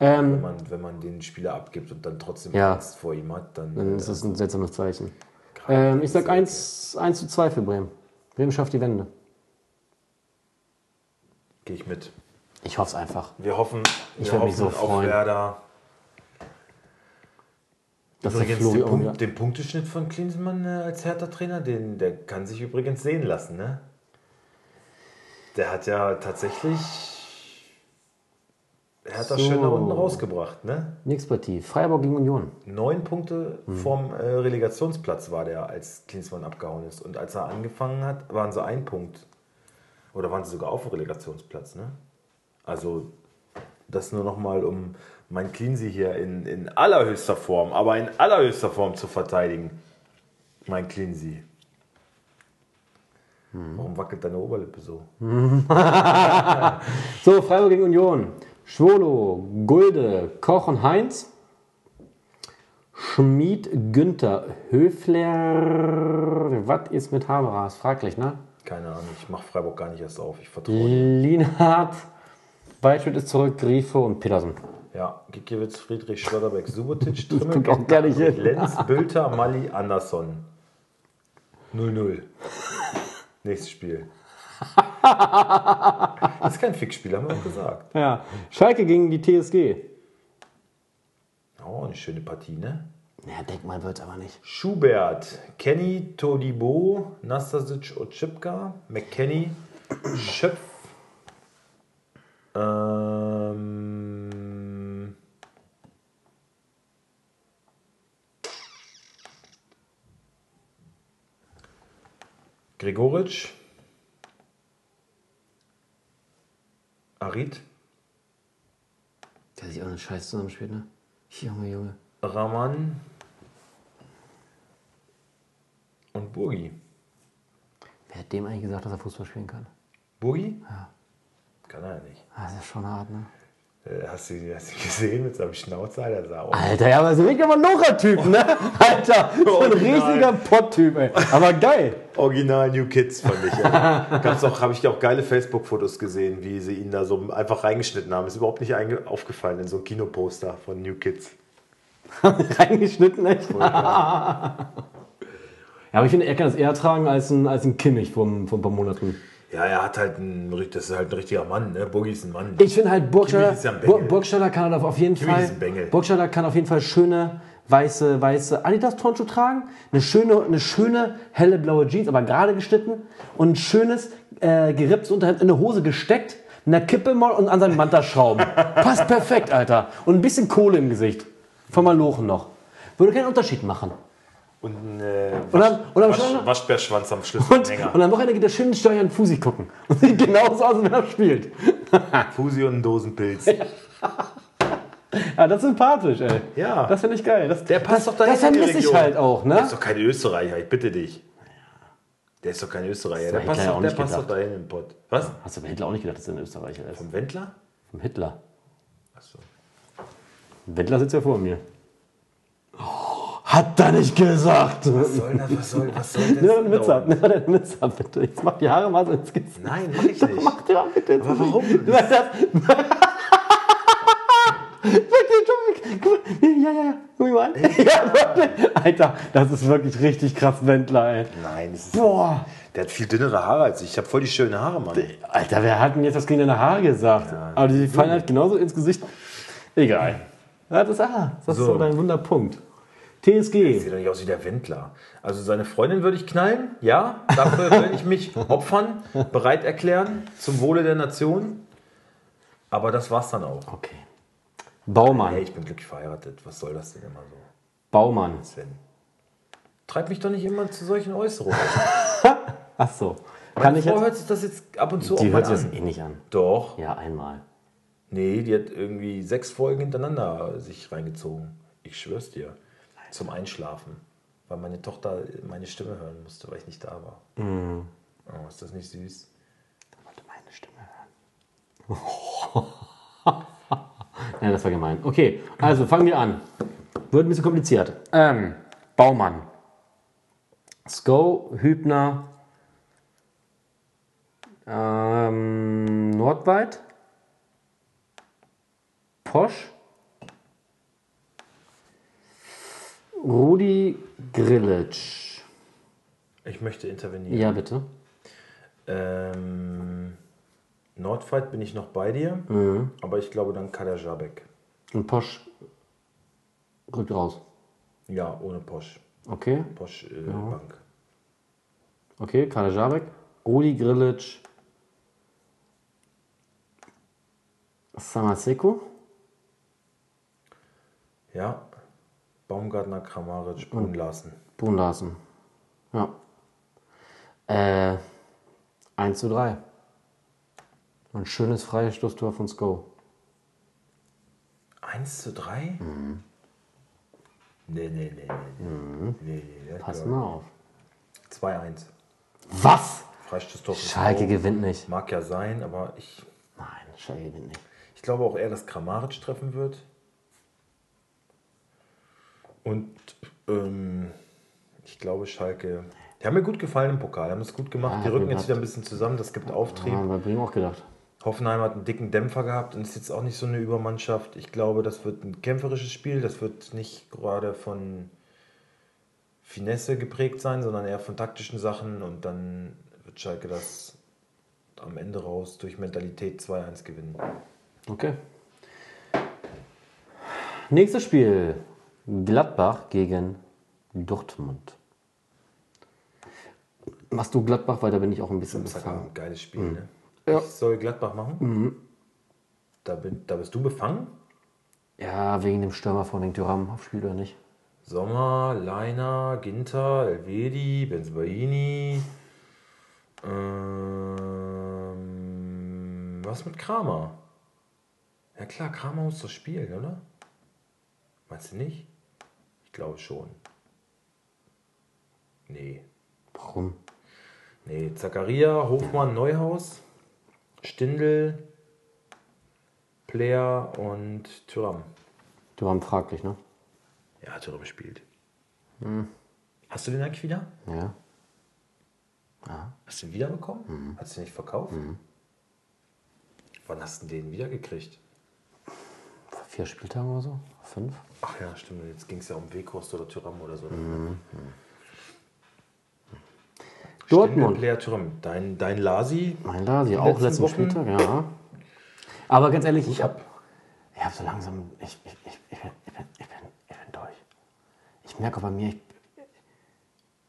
S1: Ähm,
S2: Wenn, man, wenn man den Spieler abgibt und dann trotzdem
S1: Ja. Mhm.
S2: Angst vor ihm hat, dann.
S1: Dann
S2: äh,
S1: ist das ein seltsames Zeichen. Ähm, ich sag 1, 1 zu 2 für Bremen. Bremen schafft die Wende.
S2: Gehe ich mit.
S1: Ich hoffe es einfach.
S2: Wir hoffen, wir
S1: werd
S2: hoffen
S1: mich so
S2: auf
S1: freuen.
S2: Werder.
S1: Dass der
S2: Übrigens,
S1: Flori
S2: den,
S1: auch
S2: Punkt,
S1: wieder,
S2: den Punkteschnitt von Klinsmann äh, als Hertha-Trainer, den, der kann sich übrigens sehen lassen, ne? Der hat ja tatsächlich Hertha
S1: So.
S2: schön nach unten rausgebracht, ne?
S1: Nächste Partie. Freiburg gegen Union.
S2: Neun Punkte vom äh, Relegationsplatz war der, als Klinsmann abgehauen ist. Und als er angefangen hat, waren sie ein Punkt. Oder waren sie sogar auf dem Relegationsplatz, ne? Also das nur nochmal, um mein Cleansy hier in, in allerhöchster Form, aber in allerhöchster Form zu verteidigen. Mein Cleansy. Warum wackelt deine Oberlippe so?
S1: So, Freiburg gegen Union. Schwolo, Gulde, Koch und Heinz. Schmied, Günther, Höfler. Was ist mit Haberas? Fraglich, ne?
S2: Keine Ahnung, ich mach Freiburg gar nicht erst auf. Ich vertraue dir.
S1: Lienhardt, Weitschmidt ist zurück, Grifo und Petersen.
S2: Ja, Gikiewicz, Friedrich, Schlotterbeck, Subotic, Trimmel,
S1: kommt auch gar nicht hin.
S2: Lenz, Bülter, Mali, Anderson. 0-0. Nächstes Spiel. Das ist kein Fickspiel, haben wir auch gesagt.
S1: Ja. Schalke gegen die TSG.
S2: Oh, eine schöne Partie, ne?
S1: Ja, Denkmal wird aber nicht.
S2: Schubert, Kenny, Todibo, Nastasic, Otschipka, McKenny, Schöpf, ähm, Gregoritsch, Arid,
S1: Der sich auch einen Scheiß zusammenspielt, ne? Junge, Junge.
S2: Raman und Burgi.
S1: Wer hat dem eigentlich gesagt, dass er Fußball spielen kann?
S2: Boogie? Kann er ja nicht.
S1: Ah, Das ist schon hart, ne?
S2: Äh, Hast du ihn hast du ihn gesehen mit seinem Schnauzer? Der sah aus.
S1: Alter, ja, aber so ein richtiger Malocher-Typ, ne? Alter, so ein
S2: Original.
S1: richtiger Pott-Typ, ey. Aber geil.
S2: Original New Kids fand ich. ey. Gab's auch, habe ich auch geile Facebook-Fotos gesehen, wie sie ihn da so einfach reingeschnitten haben. Ist überhaupt nicht einge- aufgefallen in so ein Kinoposter von New Kids.
S1: Reingeschnitten, echt. ja, aber ich finde, er kann das eher tragen als ein, als ein Kimmich vom, von ein paar Monaten.
S2: Ja, er hat halt ein, das ist halt ein richtiger Mann, ne? Boogie ist ein Mann.
S1: Ich finde halt, Burgstaller,
S2: Kimmich ist ja ein
S1: Bur-
S2: Bengel.
S1: Burgstaller kann halt auf jeden
S2: Kimmich
S1: Fall,
S2: ist ein Bengel.
S1: Burgstaller kann auf jeden Fall schöne weiße, weiße Adidas-Turnschuhe tragen, eine schöne, eine schöne helle blaue Jeans, aber gerade geschnitten und ein schönes äh, geripptes Unterhemd in eine Hose gesteckt, mit einer Kippe im Maul und an seinen Mantel schrauben. Passt perfekt, Alter. Und ein bisschen Kohle im Gesicht. Von Malochen noch. Würde keinen Unterschied machen.
S2: Und ein äh,
S1: Und dann, und am, Schluss-
S2: Wasch, Waschbärschwanz am
S1: und,
S2: Schlüsselanhänger.
S1: und am Wochenende geht der schön Steuer und Fusi gucken. Und sieht genauso aus, wenn er spielt.
S2: Fusi und ein Dosenpilz.
S1: Ja, das ist sympathisch, ey.
S2: Ja.
S1: Das finde ich geil. Das,
S2: Der passt
S1: das,
S2: doch dahin
S1: Das
S2: in die
S1: vermisse ich
S2: Region.
S1: halt auch,
S2: Der
S1: ne?
S2: ist doch kein Österreicher, ich bitte dich. Der ist doch kein Österreicher. Der
S1: hätte
S2: passt,
S1: er
S2: doch,
S1: auch
S2: der
S1: nicht
S2: passt doch
S1: gedacht.
S2: dahin im Pott. Was?
S1: Hast du bei Hitler auch nicht gedacht, dass er ein Österreicher ist?
S2: Vom Wendler?
S1: Vom Hitler.
S2: Achso.
S1: Wendler sitzt ja vor mir. Oh, hat er nicht gesagt!
S2: Was soll das? Was soll, was soll das?
S1: Nimm den Witz ab, nimm den Witz ab, bitte. Jetzt mach die Haare mal so ins Gesicht.
S2: Nein, mach ich nicht.
S1: Mach die Haare bitte ins
S2: Aber warum?
S1: Gesicht. Weil das- Wirklich, guck mal. Ja, ja, ja. Guck mich mal an. Ja, wirklich. Alter, das ist wirklich richtig krass, Wendler, ey.
S2: Nein, das ist,
S1: Boah.
S2: der hat viel dünnere Haare als ich. Ich habe voll die schönen Haare, Mann.
S1: Alter, wer hat denn jetzt was gegen deine Haare gesagt? Aber die fallen halt genauso ins Gesicht. Egal. Ja, das, ah, das ist
S2: So.
S1: so dein Wunderpunkt. TSG.
S2: Sieht doch nicht aus wie der Wendler. Also seine Freundin würde ich knallen, ja. Dafür würde ich mich opfern, bereit erklären, zum Wohle der Nation. Aber das war's dann auch.
S1: Okay. Baumann.
S2: Hey, ich bin glücklich verheiratet. Was soll das denn immer so?
S1: Baumann.
S2: Sven. Treib mich doch nicht immer zu solchen Äußerungen.
S1: Ach so. Kann
S2: Meine
S1: ich
S2: Frau
S1: jetzt?
S2: hört sich das jetzt ab und zu
S1: Die
S2: auch mal
S1: hört sich das
S2: an.
S1: eh nicht an.
S2: Doch.
S1: Ja, einmal.
S2: Nee, die hat irgendwie sechs Folgen hintereinander sich reingezogen. Ich schwör's dir. Zum Einschlafen. Weil meine Tochter meine Stimme hören musste, weil ich nicht da war.
S1: Mhm.
S2: Oh, ist das nicht süß?
S1: Wollte meine Stimme hören. Nein, das war gemein. Okay, also fangen wir an. Wird ein bisschen kompliziert. Ähm, Baumann. Sko, Hübner, ähm, Nordweit, Posch, Rudi Grillitsch.
S2: Ich möchte intervenieren.
S1: Ja, bitte.
S2: Ähm, Nordfight bin ich noch bei dir,
S1: Mhm.
S2: aber ich glaube dann Kader Jabek.
S1: Und Posch rückt raus.
S2: Ja, ohne Posch.
S1: Okay,
S2: Posch äh, Bank.
S1: okay, Karl Jabek, Rudi Grillitsch, Samaseko,
S2: Ja. Baumgartner, Kramaric, Brun Larsen.
S1: Brun Larsen. Ja. Äh, 1 zu 3. Ein schönes freies Stoßtor von Sko.
S2: 1 zu 3? Mhm. Nee, nee, nee, nee. Mhm. Nee, nee,
S1: Pass mal auf.
S2: 2-1.
S1: Was?
S2: Freistoßtor. für
S1: Schalke
S2: Stroh.
S1: gewinnt nicht.
S2: Mag ja sein, aber ich,
S1: Nein, Schalke gewinnt nicht.
S2: ich glaube auch eher, dass Kramaric treffen wird. Und ähm, ich glaube, Schalke. Die haben mir gut gefallen im Pokal, haben es gut gemacht.
S1: Ja,
S2: die rücken
S1: hat-
S2: jetzt wieder ein bisschen zusammen, das gibt Auftrieb.
S1: Haben wir bei Bremen auch gedacht.
S2: Hoffenheim hat einen dicken Dämpfer gehabt und ist jetzt auch nicht so eine Übermannschaft. Ich glaube, das wird ein kämpferisches Spiel. Das wird nicht gerade von Finesse geprägt sein, sondern eher von taktischen Sachen. Und dann wird Schalke das am Ende raus durch Mentalität 2-1 gewinnen.
S1: Okay. Nächstes Spiel. Gladbach gegen Dortmund. Machst du Gladbach, weil da bin ich auch ein bisschen befangen.
S2: Samstagabend, halt geiles Spiel, ne? Ich soll Gladbach machen. Da, bin, da bist du befangen?
S1: Ja, wegen dem Stürmer von den Thuram. Ob spielt oder nicht?
S2: Sommer, Leiner, Ginter, Elvedi, Benzobaini. Ähm, was mit Kramer? Ja klar, Kramer muss doch spielen, oder? Meinst du nicht? Ich glaube schon. Nee.
S1: Warum?
S2: Nee, Zakaria, Hofmann, Neuhaus, Stindl, Player und Thüram.
S1: Thuram fraglich, ne?
S2: Ja, Thüram spielt. Hast du den eigentlich wieder?
S1: Ja.
S2: Hast du ihn wiederbekommen?
S1: Mhm.
S2: Hast du ihn nicht verkauft? Wann hast du den wiedergekriegt?
S1: Vor vier Spieltagen oder so? Fünf?
S2: Ach ja, stimmt. Jetzt ging es ja um Weghorst oder Tyram oder so.
S1: Mhm, Dortmund.
S2: Player Tyram. Dein, dein Lasi?
S1: Mein Lasi,
S2: letzten
S1: auch letzten
S2: Wochen-
S1: Spieltag, ja. Aber ganz ehrlich, ich habe ich hab so langsam, ich, ich, ich, ich, bin, ich, bin, ich, bin, ich bin durch. Ich merke bei mir, ich,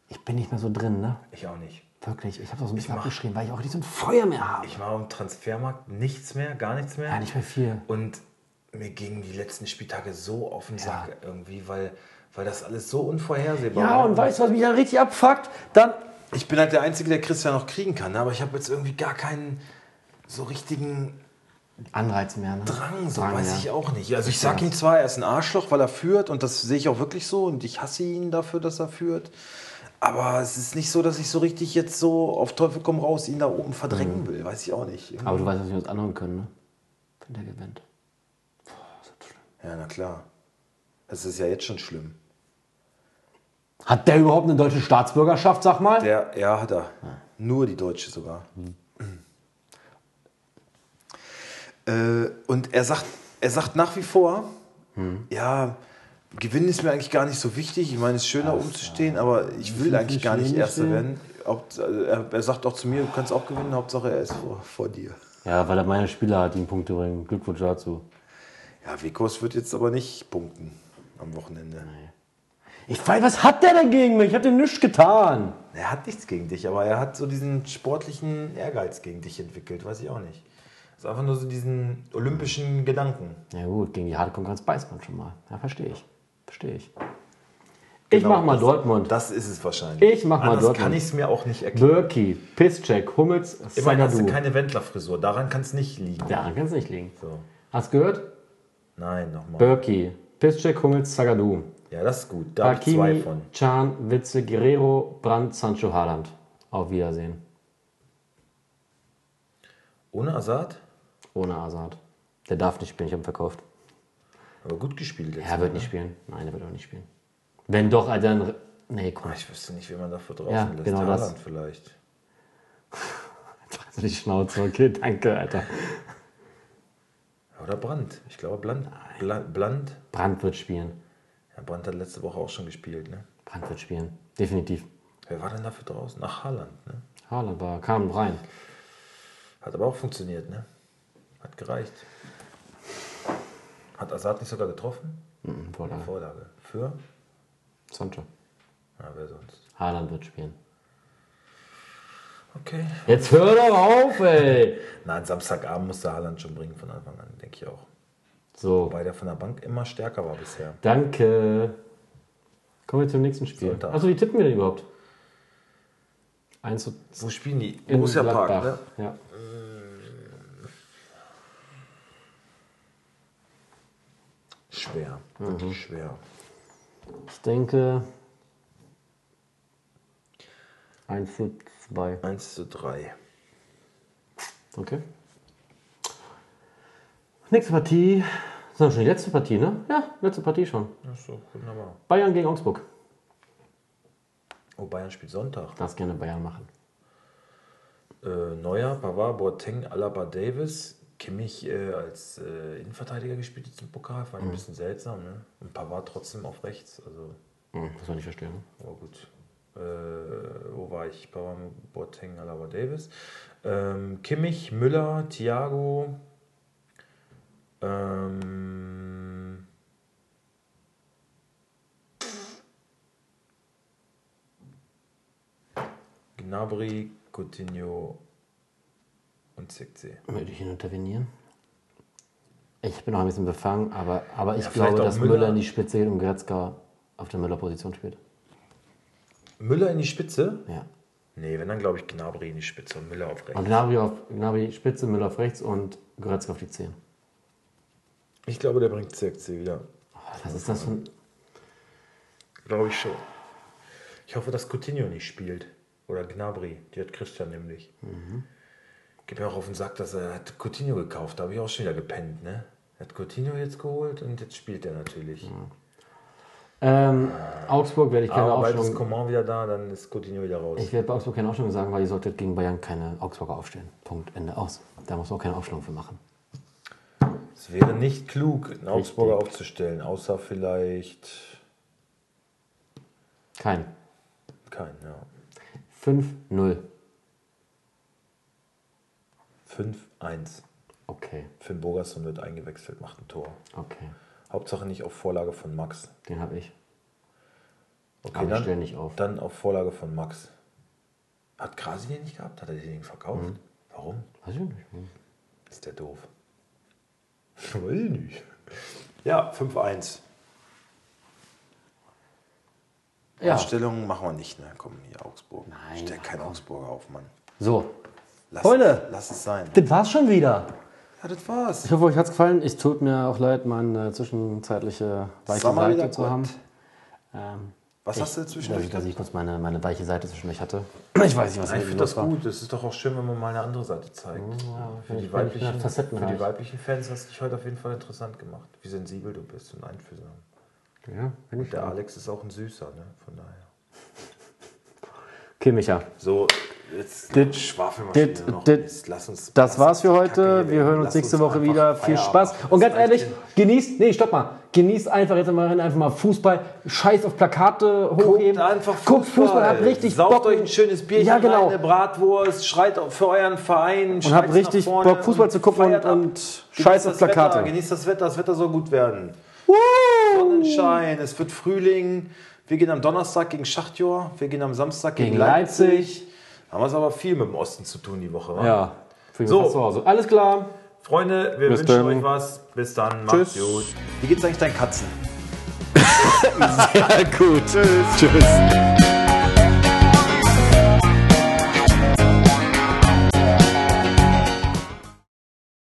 S1: ich bin nicht mehr so drin, ne?
S2: Ich auch nicht.
S1: Wirklich, ich habe das so ein bisschen abgeschrieben, weil ich auch nicht so ein Feuer mehr habe.
S2: Ich war am Transfermarkt nichts mehr, gar nichts mehr.
S1: Ja, nicht mehr viel.
S2: Und mir gingen die letzten Spieltage so auf den Sack irgendwie, weil, weil das alles so unvorhersehbar
S1: Ja,
S2: war.
S1: und weißt du, was mich dann richtig abfuckt? Dann
S2: ich bin halt der Einzige, der Christian noch kriegen kann, ne? aber ich habe jetzt irgendwie gar keinen so richtigen
S1: Anreiz mehr, ne?
S2: Drang, so
S1: Drang,
S2: weiß
S1: ja.
S2: ich auch nicht. Also ich sag ihm zwar, er ist ein Arschloch, weil er führt und das sehe ich auch wirklich so und ich hasse ihn dafür, dass er führt. Aber es ist nicht so, dass ich so richtig jetzt so auf Teufel komm raus ihn da oben verdrängen will, weiß ich auch nicht.
S1: Mhm. Aber du weißt, dass wir uns anhören können, ne? Wenn der gewinnt.
S2: Ja, na klar. Das ist ja jetzt schon schlimm.
S1: Hat der überhaupt eine deutsche Staatsbürgerschaft, sag mal?
S2: Der, ja, hat er. Nur die Deutsche sogar. Äh, und er sagt, er sagt nach wie vor, Hm. ja, Gewinn ist mir eigentlich gar nicht so wichtig. Ich meine, es ist schöner umzustehen, aber ich will
S1: viel
S2: eigentlich gar nicht
S1: stehen
S2: Erster
S1: stehen?
S2: werden. Haupt- also Er er sagt auch zu mir, du kannst auch gewinnen, Hauptsache er ist vor, vor dir.
S1: Ja, weil er meine Spieler hat, die ihm Punkte bringen. Glückwunsch dazu.
S2: Ja, Wekos wird jetzt aber nicht punkten am Wochenende.
S1: Ich weiß, was hat der denn gegen mich? Ich hab dem nichts getan.
S2: Er hat nichts gegen dich, aber er hat so diesen sportlichen Ehrgeiz gegen dich entwickelt, weiß ich auch nicht. Das ist einfach nur so diesen olympischen Gedanken.
S1: Ja gut, gegen die harte Konkurrenz beißt man schon mal. Ja, verstehe ich. Verstehe ich. ich
S2: Genau,
S1: mach mal
S2: das-
S1: Dortmund.
S2: Das ist es wahrscheinlich.
S1: Ich mach mal
S2: Anders
S1: Dortmund.
S2: kann ich es mir auch nicht erklären.
S1: Birki, Pisscheck, Hummels,
S2: Immerhin hast du
S1: Sagadu.
S2: keine Wendler-Frisur, daran kann es nicht liegen.
S1: Daran kann's nicht liegen.
S2: So.
S1: Hast gehört?
S2: Nein, nochmal.
S1: Birki, Pisscheck, Hummels, Sagadu.
S2: Ja, das ist gut. Da habe ich zwei
S1: Hakimi,
S2: von.
S1: Can, Witze, Guerrero, Brandt, Sancho, Haaland. Auf Wiedersehen.
S2: Ohne Assad,
S1: Ohne Azad. Der darf nicht spielen, ich habe ihn verkauft.
S2: aber gut gespielt. Jetzt.
S1: Er wird nicht spielen. Nein, er wird auch nicht spielen. Wenn doch, Alter, dann. Nee, komm,
S2: Ich wüsste nicht, wie man dafür draußen
S1: Ja,
S2: lässt.
S1: genau das.
S2: Haaland vielleicht.
S1: jetzt die Schnauze. Okay, danke, Alter.
S2: Oder Brandt. Ich glaube, Bland. Bla- Bland.
S1: Brandt wird spielen.
S2: Ja, Brandt hat letzte Woche auch schon gespielt. Ne?
S1: Brandt wird spielen. Definitiv.
S2: Wer war denn dafür draußen? Ach, Haaland. Ne?
S1: Haaland war, kam rein.
S2: Hat aber auch funktioniert, ne? Hat gereicht. Hat Assad nicht sogar getroffen?
S1: Mhm, Vorlage.
S2: Vorlage. Für?
S1: Sancho.
S2: Ja, wer sonst?
S1: Haaland wird spielen.
S2: Okay.
S1: Jetzt hör doch auf, ey!
S2: Nein, Samstagabend musste Haaland schon bringen von Anfang an, denke ich auch.
S1: So,
S2: Wobei der von der Bank immer stärker war bisher.
S1: danke. Kommen wir zum nächsten Spiel.
S2: Sonntag.
S1: Achso, wie tippen wir denn überhaupt? 1 zu
S2: Wo spielen die?
S1: in
S2: Borussia Park, ne?
S1: Gladbach. Ja.
S2: Schwer.
S1: Mhm.
S2: Wirklich schwer.
S1: Ich denke. 1 zu 2.
S2: 1 zu 3.
S1: Okay. Nächste Partie. Das ist doch schon die letzte Partie, ne? Ja, letzte Partie schon.
S2: Achso, wunderbar.
S1: Bayern gegen Augsburg.
S2: Oh, Bayern spielt Sonntag.
S1: Das gerne Bayern machen.
S2: Äh, Neuer, Pavard, Boateng, Alaba, Davis. Kimmich äh, als äh, Innenverteidiger gespielt jetzt im Pokal. War ein bisschen seltsam, ne? Und Pavard trotzdem auf rechts. Also,
S1: Hm, das soll ich verstehen. ne?
S2: aber gut. Äh, wo war ich? Pavard, Boateng, Alaba, Davis. Ähm, Kimmich, Müller, Thiago. Ähm, Gnabry, Coutinho und Zirkzee.
S1: Würde ich ihn intervenieren? Ich bin noch ein bisschen befangen, aber, aber ich
S2: Ja, vielleicht
S1: glaube,
S2: auch
S1: dass
S2: Müller.
S1: Müller. in die Spitze geht und Goretzka auf der Müller-Position spielt.
S2: Müller in die Spitze?
S1: Ja.
S2: Nee, wenn dann glaube ich Gnabry in die Spitze und Müller auf rechts.
S1: Und Gnabry auf Gnabry Spitze, Müller auf rechts und Goretzka auf die 10.
S2: Ich glaube, der bringt Zirkzee wieder.
S1: Was ist das für ein.
S2: Glaube ich schon. Ich hoffe, dass Coutinho nicht spielt. Oder Gnabry. Die hat Christian nämlich. Gib mir auch auf den Sack, dass er er hat Coutinho gekauft. Da habe ich auch schon wieder gepennt, ne? Er hat Coutinho jetzt geholt und jetzt spielt er natürlich.
S1: Ähm, Augsburg werde ich keine
S2: Aber bald ist
S1: Aufstellung.
S2: Coman wieder da, dann ist Coutinho wieder raus.
S1: Ich werde bei Augsburg keine Aufstellung sagen, weil ihr solltet gegen Bayern keine Augsburger aufstellen. Punkt, Ende aus. Da muss man auch keine Aufstellung für machen.
S2: Es wäre nicht klug, einen Augsburger aufzustellen, außer vielleicht
S1: Kein.
S2: keinen, ja.
S1: 5-0.
S2: 5-1.
S1: Okay,
S2: Finn Bogerson wird eingewechselt, macht ein Tor.
S1: okay.
S2: Hauptsache nicht auf Vorlage von Max.
S1: Den habe ich.
S2: Okay,
S1: Aber ich
S2: dann,
S1: stell nicht auf.
S2: Dann auf Vorlage von Max. Hat Krasi den nicht gehabt? Hat er den verkauft? Warum?
S1: Weiß ich nicht.
S2: Ist der doof. Will nicht. Ja, 5-1.
S1: Ja.
S3: Aufstellungen machen wir nicht, ne? Komm, hier Augsburg.
S1: Nein,
S3: Stell keinen Augsburger auf, Mann.
S1: So,
S3: Lass,
S1: Freunde.
S3: lass es sein.
S1: das war's schon wieder.
S3: Ja, das war's.
S1: Ich hoffe, euch hat's gefallen. Es tut mir auch leid, meine zwischenzeitliche weiche
S3: Sag mal wieder
S1: Seite zu
S3: gut.
S1: haben. Ähm,
S3: Was hast du
S1: dass
S3: zwischendurch?
S1: ich, dass ich kurz meine, meine weiche Seite zwischendurch hatte. Ich weiß nicht, was
S2: Nein, ich
S1: mit mir
S2: finde das
S1: los war.
S2: gut. Es ist doch auch schön, wenn man mal eine andere Seite zeigt. für,
S1: bin ich- bin ich
S2: die weiblichen,
S1: wieder
S2: für
S1: facettenreich.
S2: die weiblichen Fans hast du dich heute auf jeden Fall interessant gemacht. Wie sensibel du bist und einfühlsam.
S1: Ja, bin ich
S2: Der Alex ist auch ein Süßer, ne? Von daher.
S1: Okay, Micha.
S2: So, jetzt
S1: Dit-
S2: schwafeln wir
S1: dit-
S2: schon wieder noch.
S1: dit-
S2: Mist. Lass uns,
S1: Das
S2: lass
S1: war's für
S2: uns die Kacke
S1: heute.
S2: hier
S1: Wir
S2: werden.
S1: hören uns
S2: Lass
S1: nächste Woche
S2: einfach
S1: wieder. Viel
S2: Feierabend
S1: Spaß.
S2: machen.
S1: Und ganz
S2: Lass uns
S1: ehrlich,
S2: ein bisschen-
S1: genießt, nee, stopp mal. Genießt einfach jetzt mal, einfach mal Fußball. Scheiß auf Plakate hochheben.
S2: Guckt einfach Fußball.
S1: Guckt Fußball, habt richtig
S2: Sauft
S1: Bock.
S2: euch ein schönes Bierchen,
S1: Ja, genau.
S2: rein, eine Bratwurst, schreit auch für euren Verein.
S1: Und habt richtig Bock, Fußball zu gucken und, und scheiß auf
S2: Wetter,
S1: Plakate.
S2: genießt das Wetter, das Wetter soll gut werden.
S1: Woo!
S2: Sonnenschein, es wird Frühling. Wir gehen am Donnerstag gegen Schachtjor, wir gehen am Samstag gegen,
S1: Gegen
S2: Leipzig.
S1: Leipzig.
S2: Haben wir es aber viel mit dem Osten zu tun die Woche. wa?
S1: Ja. Fühlen
S2: So.
S1: so. zu Hause. Alles klar.
S2: Freunde, wir
S1: Bis
S2: wünschen
S1: dann.
S2: euch was. Bis dann, macht's
S1: Tschüss.
S2: gut.
S3: Wie geht's eigentlich deinen Katzen?
S1: Gut. Tschüss. Tschüss.